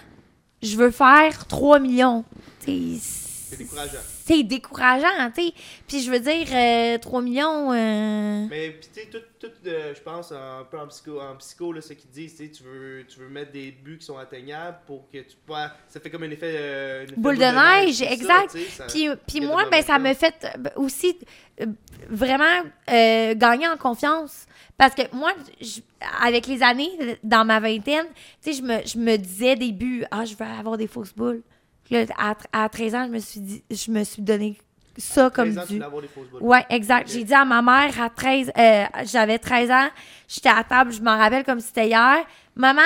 je veux faire 3 millions. Tu sais, C'est décourageant. C'est décourageant, tu sais. Puis je veux dire, euh, 3 millions. euh, Mais puis, tu sais, tout, tout de- je pense, un peu en psycho, en psycho là, ce qu'ils disent, tu sais, tu veux, tu veux mettre des buts qui sont atteignables pour que tu puisses. Ça fait comme un effet. euh, un effet Boule de neige, c'est ça, exact. tu sais, ça- Puis, puis il y a moi, du ben, ça me momentum. fait euh, ben, aussi euh, vraiment euh, gagner en confiance. Parce que moi, je- avec les années, euh, dans ma vingtaine, tu sais, je me, je me disais des buts, ah, je veux avoir des fausses boules. Puis là, à, tr- à 13 ans, je me suis dit, je me suis donné ça comme Par exemple, tu du. voulais avoir des fausses boules. Ouais, exact. Ok. J'ai dit à ma mère à 13 euh, j'avais 13 ans, j'étais à table, je m'en rappelle comme si c'était hier. Maman,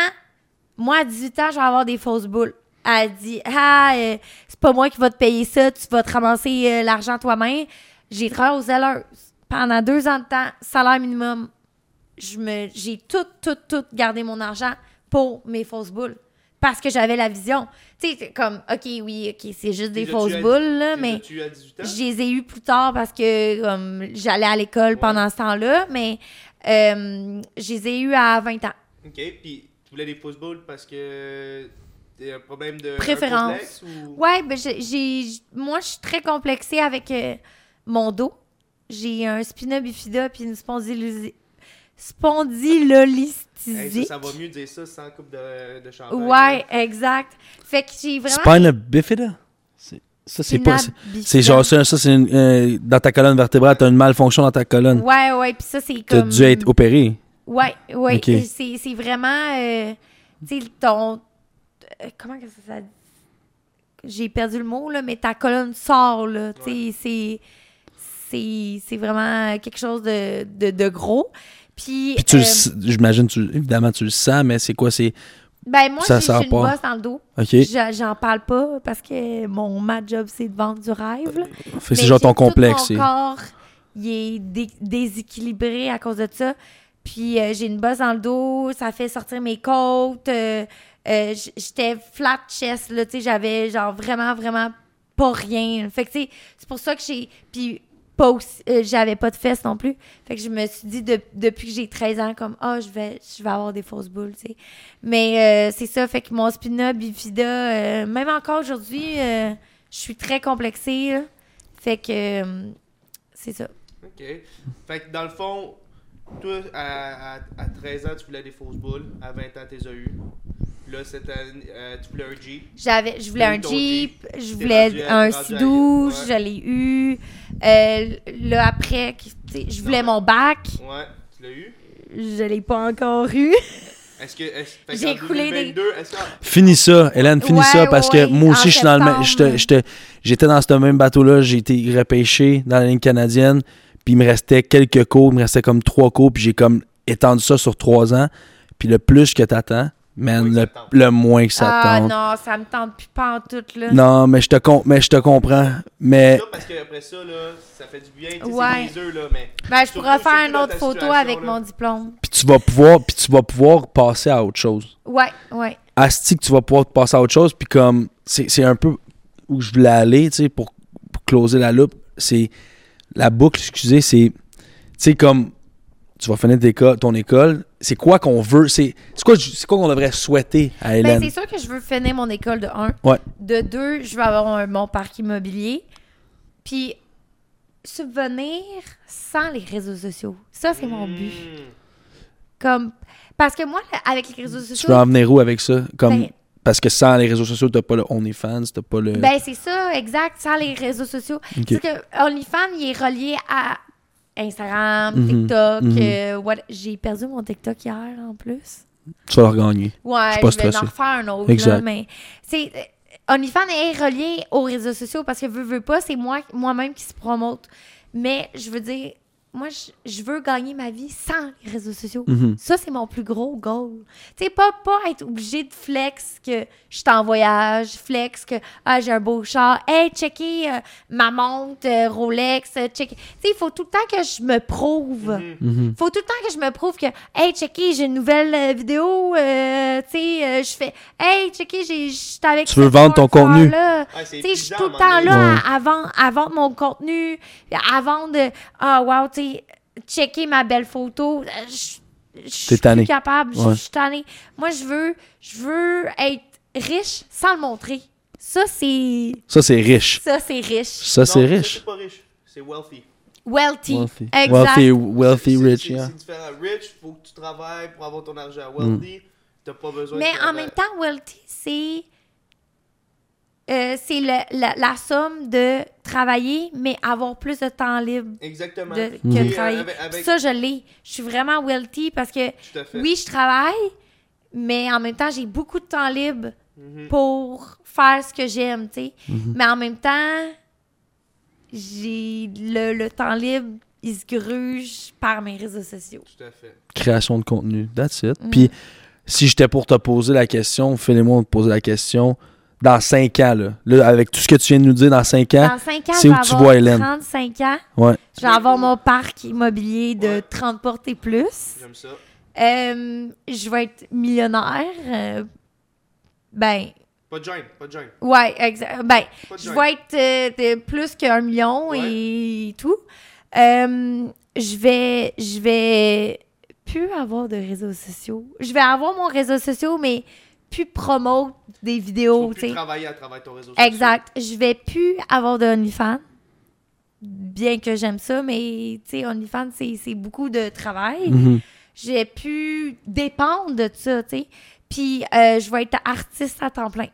moi à 18 ans, je vais avoir des fausses boules. Elle dit "Ah, euh, c'est pas moi qui va te payer ça, tu vas te ramasser euh, l'argent toi-même." J'ai travaillé aux zéleuses pendant deux ans de temps, salaire minimum. Je me j'ai tout tout tout gardé mon argent pour mes fausses boules parce que j'avais la vision. Tu sais, c'est comme OK, oui, OK, c'est juste des Les fausses as-tu à- boules là, les mais as-tu à 18 ans? je les ai eus plus tard parce que comme, j'allais à l'école pendant ce temps-là, mais euh, je les ai eus à 20 ans. Ok, puis tu voulais des fausses boules parce que t'as un problème de. un Préférence. complexe ou... Ouais, ben j'ai, j'ai- j- moi, je suis très complexée avec euh, mon dos. J'ai un spina bifida puis une spondylosi- spondylolisthisie. Hey, ça, ça va mieux hein? dire ça sans coupe de, de champagne. ouais, exact. Fait que j'ai vraiment... Spina bifida. C'est- Ça, c'est pas. Spina c'est- bifida. C'est genre ça, ça c'est une- euh, dans ta colonne vertébrale, t'as une malfonction dans ta colonne. Ouais, ouais, puis ça, c'est T'as comme... dû être opéré. Ouais, ouais. Ok. Et C'est, c'est vraiment. euh, tu sais, ton. euh, comment que ça, ça- J'ai perdu le mot, là, mais ta colonne sort, là. Tu sais, c'est. C'est, c'est vraiment quelque chose de, de, de gros. Puis, Puis tu le euh, sais- j'imagine, tu, évidemment, tu le sens, mais c'est quoi, c'est... ben moi, ça j'ai, sort j'ai une pas. bosse dans le dos. OK, J'a- J'en parle pas parce que mon ma job, c'est de vendre du rêve. Fait là. que c'est Mais genre j'ai- ton tout complexe. c'est- Mon corps, il est dé- déséquilibré à cause de ça. Puis euh, j'ai une bosse dans le dos, ça fait sortir mes côtes. euh, euh, j- J'étais flat chest, là, tu sais, j'avais genre vraiment, vraiment pas rien. Fait que, tu sais, c'est pour ça que j'ai. Puis pas aussi- euh, j'avais pas de fesses non plus. Fait que je me suis dit de- depuis que j'ai 13 ans, comme, ah, je vais, je vais avoir des fausses boules, tu sais. Mais euh, c'est ça, fait que mon spina bifida, euh, même encore aujourd'hui, euh, je suis très complexée, là. Fait que euh, c'est ça. Ok. Fait que dans le fond, toi, à, à, à 13 ans, tu voulais des fausses boules. À 20 ans, tu les as eues. Là, cette année, euh, tu voulais un Jeep. J'avais, je voulais T'as eu un ton Jeep, je T'es rendu voulais à- un t'es rendu à- Sidou, ouais. je l'ai eu. Euh, là, après, tu sais, je voulais Non, mais- mon bac, Ouais, tu l'as eu. je l'ai pas encore eu. Est-ce que. Est fait J'ai qu'en coulé des- 2022, Est-ce que. Finis ça, Hélène, finis Ouais, ça, parce ouais, que moi en aussi, je suis dans le même... septembre. j'étais- j'étais- J'étais dans ce même bateau-là, j'ai été repêché dans la ligne canadienne, puis il me restait quelques cours, il me restait comme trois cours, puis j'ai comme étendu ça sur trois ans. Puis le plus que t'attends, Man, Moins que le, ça tente. le moins que ça ah tente. non, ça me tente plus pas en tout, là. Non, mais je te com- mais je te comprends. Mais Ça, parce qu'après ça, là, ça fait du bien. tu sais, Ouais. C'est niaiseux, là, mais. Ben, je Surtout- pourrais faire surtout une dans autre ta photo situation, avec là. mon diplôme. puis tu vas pouvoir puis tu vas pouvoir passer à autre chose. Ouais, ouais. Asti que tu vas pouvoir te passer à autre chose puis comme c'est c'est un peu où je voulais aller, tu sais pour, pour closer la loupe, c'est la boucle, excusez, c'est tu sais comme tu vas finir d'éco- ton école, c'est quoi qu'on veut, c'est c'est quoi c'est quoi qu'on devrait souhaiter à Ben, Hélène. c'est sûr que je veux finir mon école de 1. Ouais. De 2, je veux avoir un bon parc immobilier. Puis, subvenir sans les réseaux sociaux. Ça, c'est mon but. Hmm. Comme, parce que moi, le- avec les réseaux tu veux sociaux, en venir où avec ça comme Ben- parce que sans les réseaux sociaux, t'as pas le OnlyFans, t'as pas le ben, c'est ça, exact, sans les réseaux sociaux. Ok. C'est que OnlyFans, il est relié à Instagram, Mhm, TikTok. mhm. euh, what... J'ai perdu mon TikTok hier, en plus. tu vas le regagner. Ouais, suis pas je, vais en stressé. refaire un autre, là, Exact. mais c'est euh, OnlyFans est relié aux réseaux sociaux parce que veux, veux pas, c'est moi moi-même qui se promote. Mais je veux dire, moi, je, je veux gagner ma vie sans les réseaux sociaux. Mhm. Ça, c'est mon plus gros goal. Tu sais, pas, pas être obligé de flex que je suis en voyage, flex que ah, j'ai un beau char, hey, checker euh, ma montre euh, Rolex, euh, check. Tu sais, il faut tout le temps que je me prouve Mhm. Mhm. faut tout le temps que je me prouve que hey checké j'ai une nouvelle euh, vidéo euh, tu sais euh, je fais hey checké j'ai j'étais avec Tu veux cette vendre ton contenu. influenceur-là. Ouais, c'est tu sais je suis épuisant, tout le à un temps moment là à, à vendre, à vendre mon contenu à vendre euh, ah wow tu sais checker ma belle photo Euh, je je suis plus tanné. capable je Ouais. je suis tannée moi je veux je veux être riche sans le montrer ça c'est Ça c'est riche. ça c'est riche Ça c'est Non, riche. C'est pas riche. C'est wealthy. wealthy, Wealthy. exact Wealthy, wealthy C'est- rich, hein. c'est- yeah. C'est différent. Rich, faut que tu travailles pour avoir ton argent. Wealthy, Mm. t'as pas besoin de Mais en travailler. même temps, wealthy, c'est. euh, c'est le- la, la somme de travailler, mais avoir plus de temps libre Exactement. de, que Et, de Mhm. euh, travailler. avec- avec- Ça, je l'ai. Je suis vraiment wealthy parce que, Tout à fait. oui, je travaille, mais en même temps, j'ai beaucoup de temps libre Mhm. pour faire ce que j'aime, tu sais. Mhm. Mais en même temps, j'ai le, le temps libre, il se gruge par mes réseaux sociaux. Tout à fait. Création de contenu, that's it. Mm. Puis si j'étais pour te poser la question, Phil et moi, on te poser la question, dans 5 ans, là, là, avec tout ce que tu viens de nous dire dans 5 ans, Dans 5 Hein? ans, c'est je vais où tu avoir vois Hélène. 35 ans. ouais. Je vais avoir mon parc immobilier de Ouais. 30 portes et plus. J'aime ça. Euh, je vais être millionnaire. euh, ben, Pas de gêne, pas de gêne. ouais, exa- ben, Pas de je joint. vais être euh, de plus qu'un million Ouais. et tout. Euh, je vais, je vais plus avoir de réseaux sociaux. Je vais avoir mon réseau social, mais plus promouvoir des Faut vidéos, plus tu sais. travailler à travers ton réseau. social. Exact. Je vais plus avoir de OnlyFans. Bien que j'aime ça, mais tu sais, OnlyFans, c'est c'est beaucoup de travail. Mhm. J'ai pu dépendre de ça, tu sais. Puis euh, je vais être artiste à temps plein.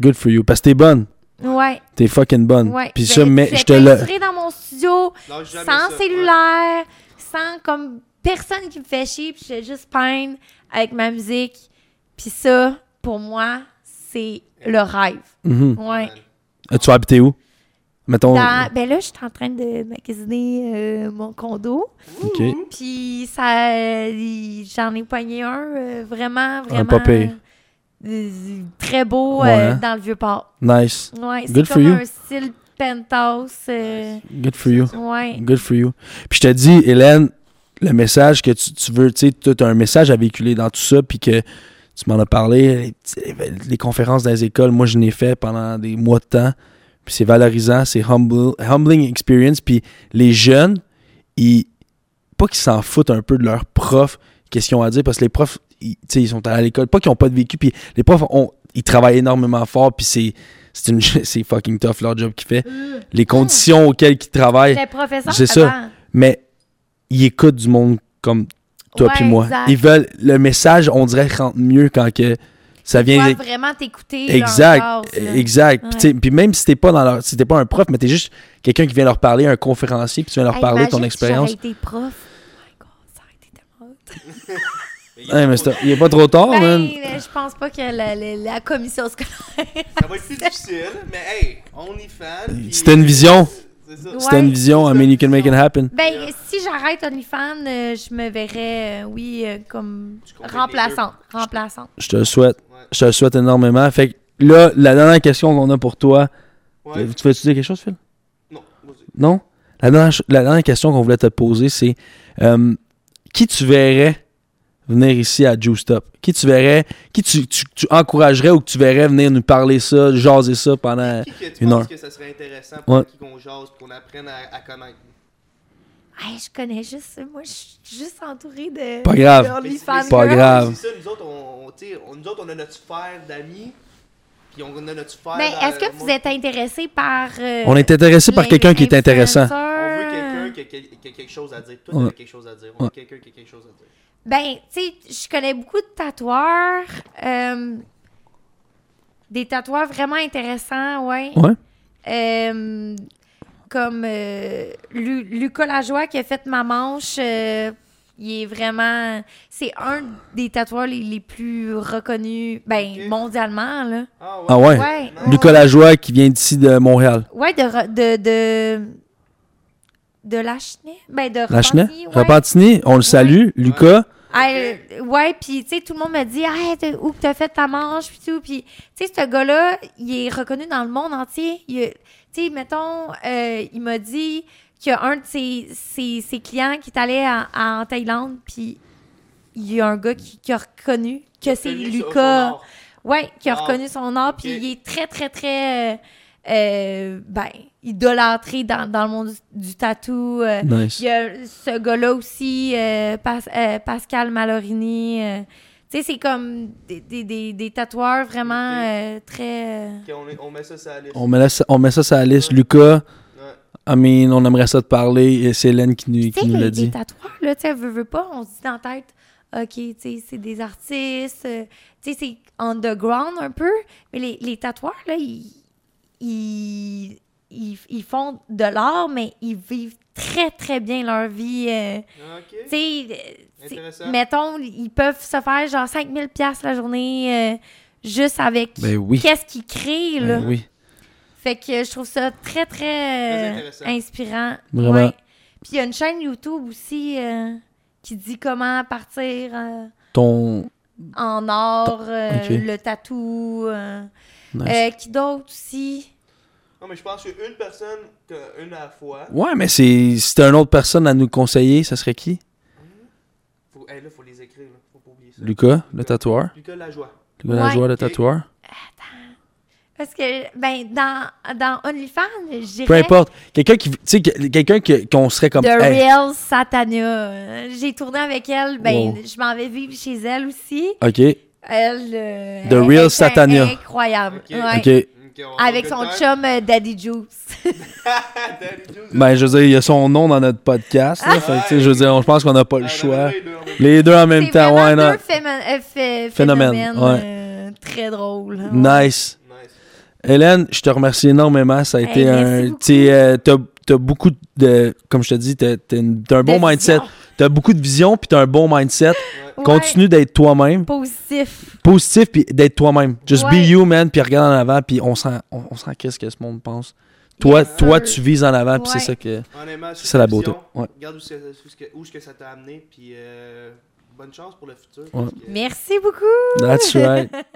Good for you. Parce que t'es bonne. Ouais, T'es fucking bonne. ouais. ben, Puis Je ça, vais- mais vais je te le. peinturer dans mon studio, Lâche sans jamais ça, ouais. cellulaire, sans comme personne qui me fait chier, puis je vais juste peindre avec ma musique. Puis ça, pour moi, c'est le rêve. Mhm. Ouais. Euh, Tu vas habiter où? Mettons. Dans- ben là, je suis en train de magasiner euh, mon condo. Ok. Puis ça, il- j'en ai poigné un euh, vraiment, vraiment. Ah, pas pire. euh, très beau euh, Ouais, hein? dans le vieux port. Nice. Ouais, c'est Good for comme you. un style penthouse. euh, Good for you. ouais. Good for you. Puis je te dis, Hélène, le message que tu, tu veux, tu sais, tu as un message à véhiculer dans tout ça, puis que tu m'en as parlé, les, petits- les conférences dans les écoles, moi, je n'ai fait pendant des mois de temps, puis c'est valorisant, c'est humble, humbling experience, puis les jeunes, ils, pas qu'ils s'en foutent un peu de leurs profs, qu'est-ce qu'ils ont à dire, parce que les profs, ils, tu sais, ils sont allés à l'école, pas qu'ils n'ont pas de vécu, puis les profs, ont, ils travaillent énormément fort, puis c'est c'est une- c'est fucking tough leur job qu'ils fait. Les conditions auxquelles ils travaillent, Les professeurs. c'est ça. mais ils écoutent du monde comme toi Ouais, puis moi. exact. Ils veulent le message, on dirait rentre mieux quand que ça Ils vient doivent vraiment t'écouter. là, en exact, Eh, classe, là. exact. Puis Ouais. tu sais, Puis même si t'es pas dans leur, si t'es pas un prof, mais t'es juste quelqu'un qui vient leur parler, un conférencier, puis tu viens leur Hey, parler de ton imagine expérience. Si j'aurais été prof. Oh my God, ça aurait été tellement hot. Mais il y a Hey, mais pas- c'est- il est pas trop tard, Ben, Oh, man. euh, je pense pas que la, la- la commission scolaire. Ça va être plus difficile, mais hey, on y fan. Si t'as une vision, c'est ça. Ouais. C'était une vision, I mean, you can make it happen. Ben, Yeah. si j'arrête OnlyFans, euh, je me verrais, euh, oui, euh, comme Tu combines les remplaçante. Remplaçante. Je te le souhaite. Ouais. Je te le souhaite énormément. Fait que là, la dernière question qu'on a pour toi, Ouais. tu veux-tu dire quelque chose, Phil? Non, vas-y. Non? La dernière, ch- la dernière question qu'on voulait te poser, c'est euh, qui tu verrais venir ici à Juice Top? Qui tu verrais, qui tu, tu- tu encouragerais ou que tu verrais venir nous parler ça, jaser ça pendant. Qui que tu Euh, Une penses heure. que ça serait intéressant Ouais. pour qui qu'on jase, pour qu'on apprenne à, à connaître? Hey, je connais juste, moi, je suis juste entourée de. Pas grave. de OnlyFans Pas girls. grave. C'est ça, nous autres, on, on, tu sais, on- nous autres, on a notre sphère d'amis, puis on a notre sphère... Ben, dans est-ce que le vous monde. êtes intéressé par. euh, On est intéressé par les quelqu'un qui est intéressant. influenceurs? On veut quelqu'un qui a, quel- qui a quelque chose à dire. Toi, Ouais. t'as quelque chose à dire. On Ouais. a quelqu'un qui a quelque chose à dire. Ben, tu sais, je connais beaucoup de tatoueurs. euh, des tatoueurs vraiment intéressants, ouais. Ouais? Euh, comme euh, Lu- Lucas Lajoie qui a fait ma manche. euh, il est vraiment. C'est un des tatoueurs les, les plus reconnus, ben, Ok. mondialement, là. Ah ouais? Ah ouais? Ouais. Nicolas Lajoie qui vient d'ici de Montréal. Ouais, de. Ro- de, de de Lachenay? Ben, de Lachenay? Repentigny, ouais. Repentini, on le salue. Lucas. Ah, euh, ouais, puis tu sais, tout le monde me dit hey, t'as- où que t'as fait ta manche, puis tout. Puis, tu sais, ce gars-là, il est reconnu dans le monde entier. Il a- Tu sais, mettons, euh, il m'a dit qu'il y a un de ses, ses- ses clients qui est allé en, en Thaïlande, puis il y a un gars qui, qui a reconnu que c'est Connu, ça, Lucas. son art. Ouais, qui a Ah, reconnu son art, puis ok. il est très, très, très, euh, euh, ben, idolâtré dans, dans le monde du, du tatou. euh, Nice. il y a ce gars-là aussi, euh, Pas- euh, Pascal Malorini. euh, tu sais, c'est comme des, des, des, des tatoueurs vraiment Ok. euh, très... euh, Ok, on, est- on met ça sur la liste. On met, ça, on met ça sur la liste. Ouais. Lucas, Ouais. I mean, on aimerait ça te parler. Et c'est Hélène qui nous, Tu sais, qui nous les, l'a les dit. tatoueurs, là, tu sais, veux, veux pas, on se dit dans la tête, OK, tu sais, c'est des artistes, euh, tu sais, c'est underground un peu, mais les, les tatoueurs, là, ils, ils, ils, ils font de l'art, mais ils vivent très, très bien leur vie. euh, Ok. tu sais, euh, tu sais, Intéressant. mettons, ils peuvent se faire genre 5000 pièces la journée euh, juste avec Ben oui. qu'est-ce qu'ils créent, là. Ben oui. Fait que je trouve ça très, Très très euh, intéressant. inspirant. Vraiment. Ouais. Puis il y a une chaîne YouTube aussi euh, qui dit comment partir euh, Ton. en or, euh, Ok. le tatou, euh, Nice. euh, qui d'autre aussi. Non, mais je pense qu'une personne, que- une à la fois. Ouais, mais c'est, si t'as une autre personne à nous conseiller, ça serait qui Faut, hey, là, faut les écrire. Là. Faut pas oublier ça. Lucas, le tatoueur. Lucas Lajoie. Lucas Ouais. Lajoie, le Ok. tatoueur. Parce que, ben, dans, dans OnlyFans, j'irais... Peu importe. Quelqu'un qui. Tu sais, que- quelqu'un que- qu'on serait comme. The Hey. Real Satania. Euh, J'ai tourné avec elle. Ben, Wow. je m'en vais vivre chez elle aussi. Ok. Elle. euh, The elle Real est in- Satania. Incroyable. Ok. Ouais. Ok. Ok, on- Avec on son le chum euh, Daddy Juice. Daddy Juice. Ben, je veux dire, il y a son nom dans notre podcast. Ah. là. Fait que, tu sais, je veux dire, on- je pense qu'on n'a pas le Ah, choix. non, mais là, il doit- Les deux en même C'est temps. vraiment Ouais, deux non. phémen- euh, phé- Phénomènes, phénomènes, ouais. euh, très drôles. Ouais. Nice. Nice. Hélène, je te remercie énormément. Ça a été Eh, merci un. beaucoup. Tu sais, euh, t'as t'as beaucoup de. Comme je te dis, t'as t'as une- t'as un bon vision. mindset. T'as beaucoup de vision, puis t'as un bon mindset. Ouais. Continue d'être toi-même. Positif. Positif, puis d'être toi-même. Just Ouais. be you, man, puis regarde en avant, puis on s'en on, on s'en crisse que ce monde pense. Toi, Yes, toi sir. tu vises en avant, puis c'est Ouais. ça que. Honnêtement, c'est C'est la beauté, ouais. Regarde où, ce que- où ce que- où ce que ça t'a amené, puis euh, bonne chance pour le futur. Ouais. parce que- Merci beaucoup. That's right.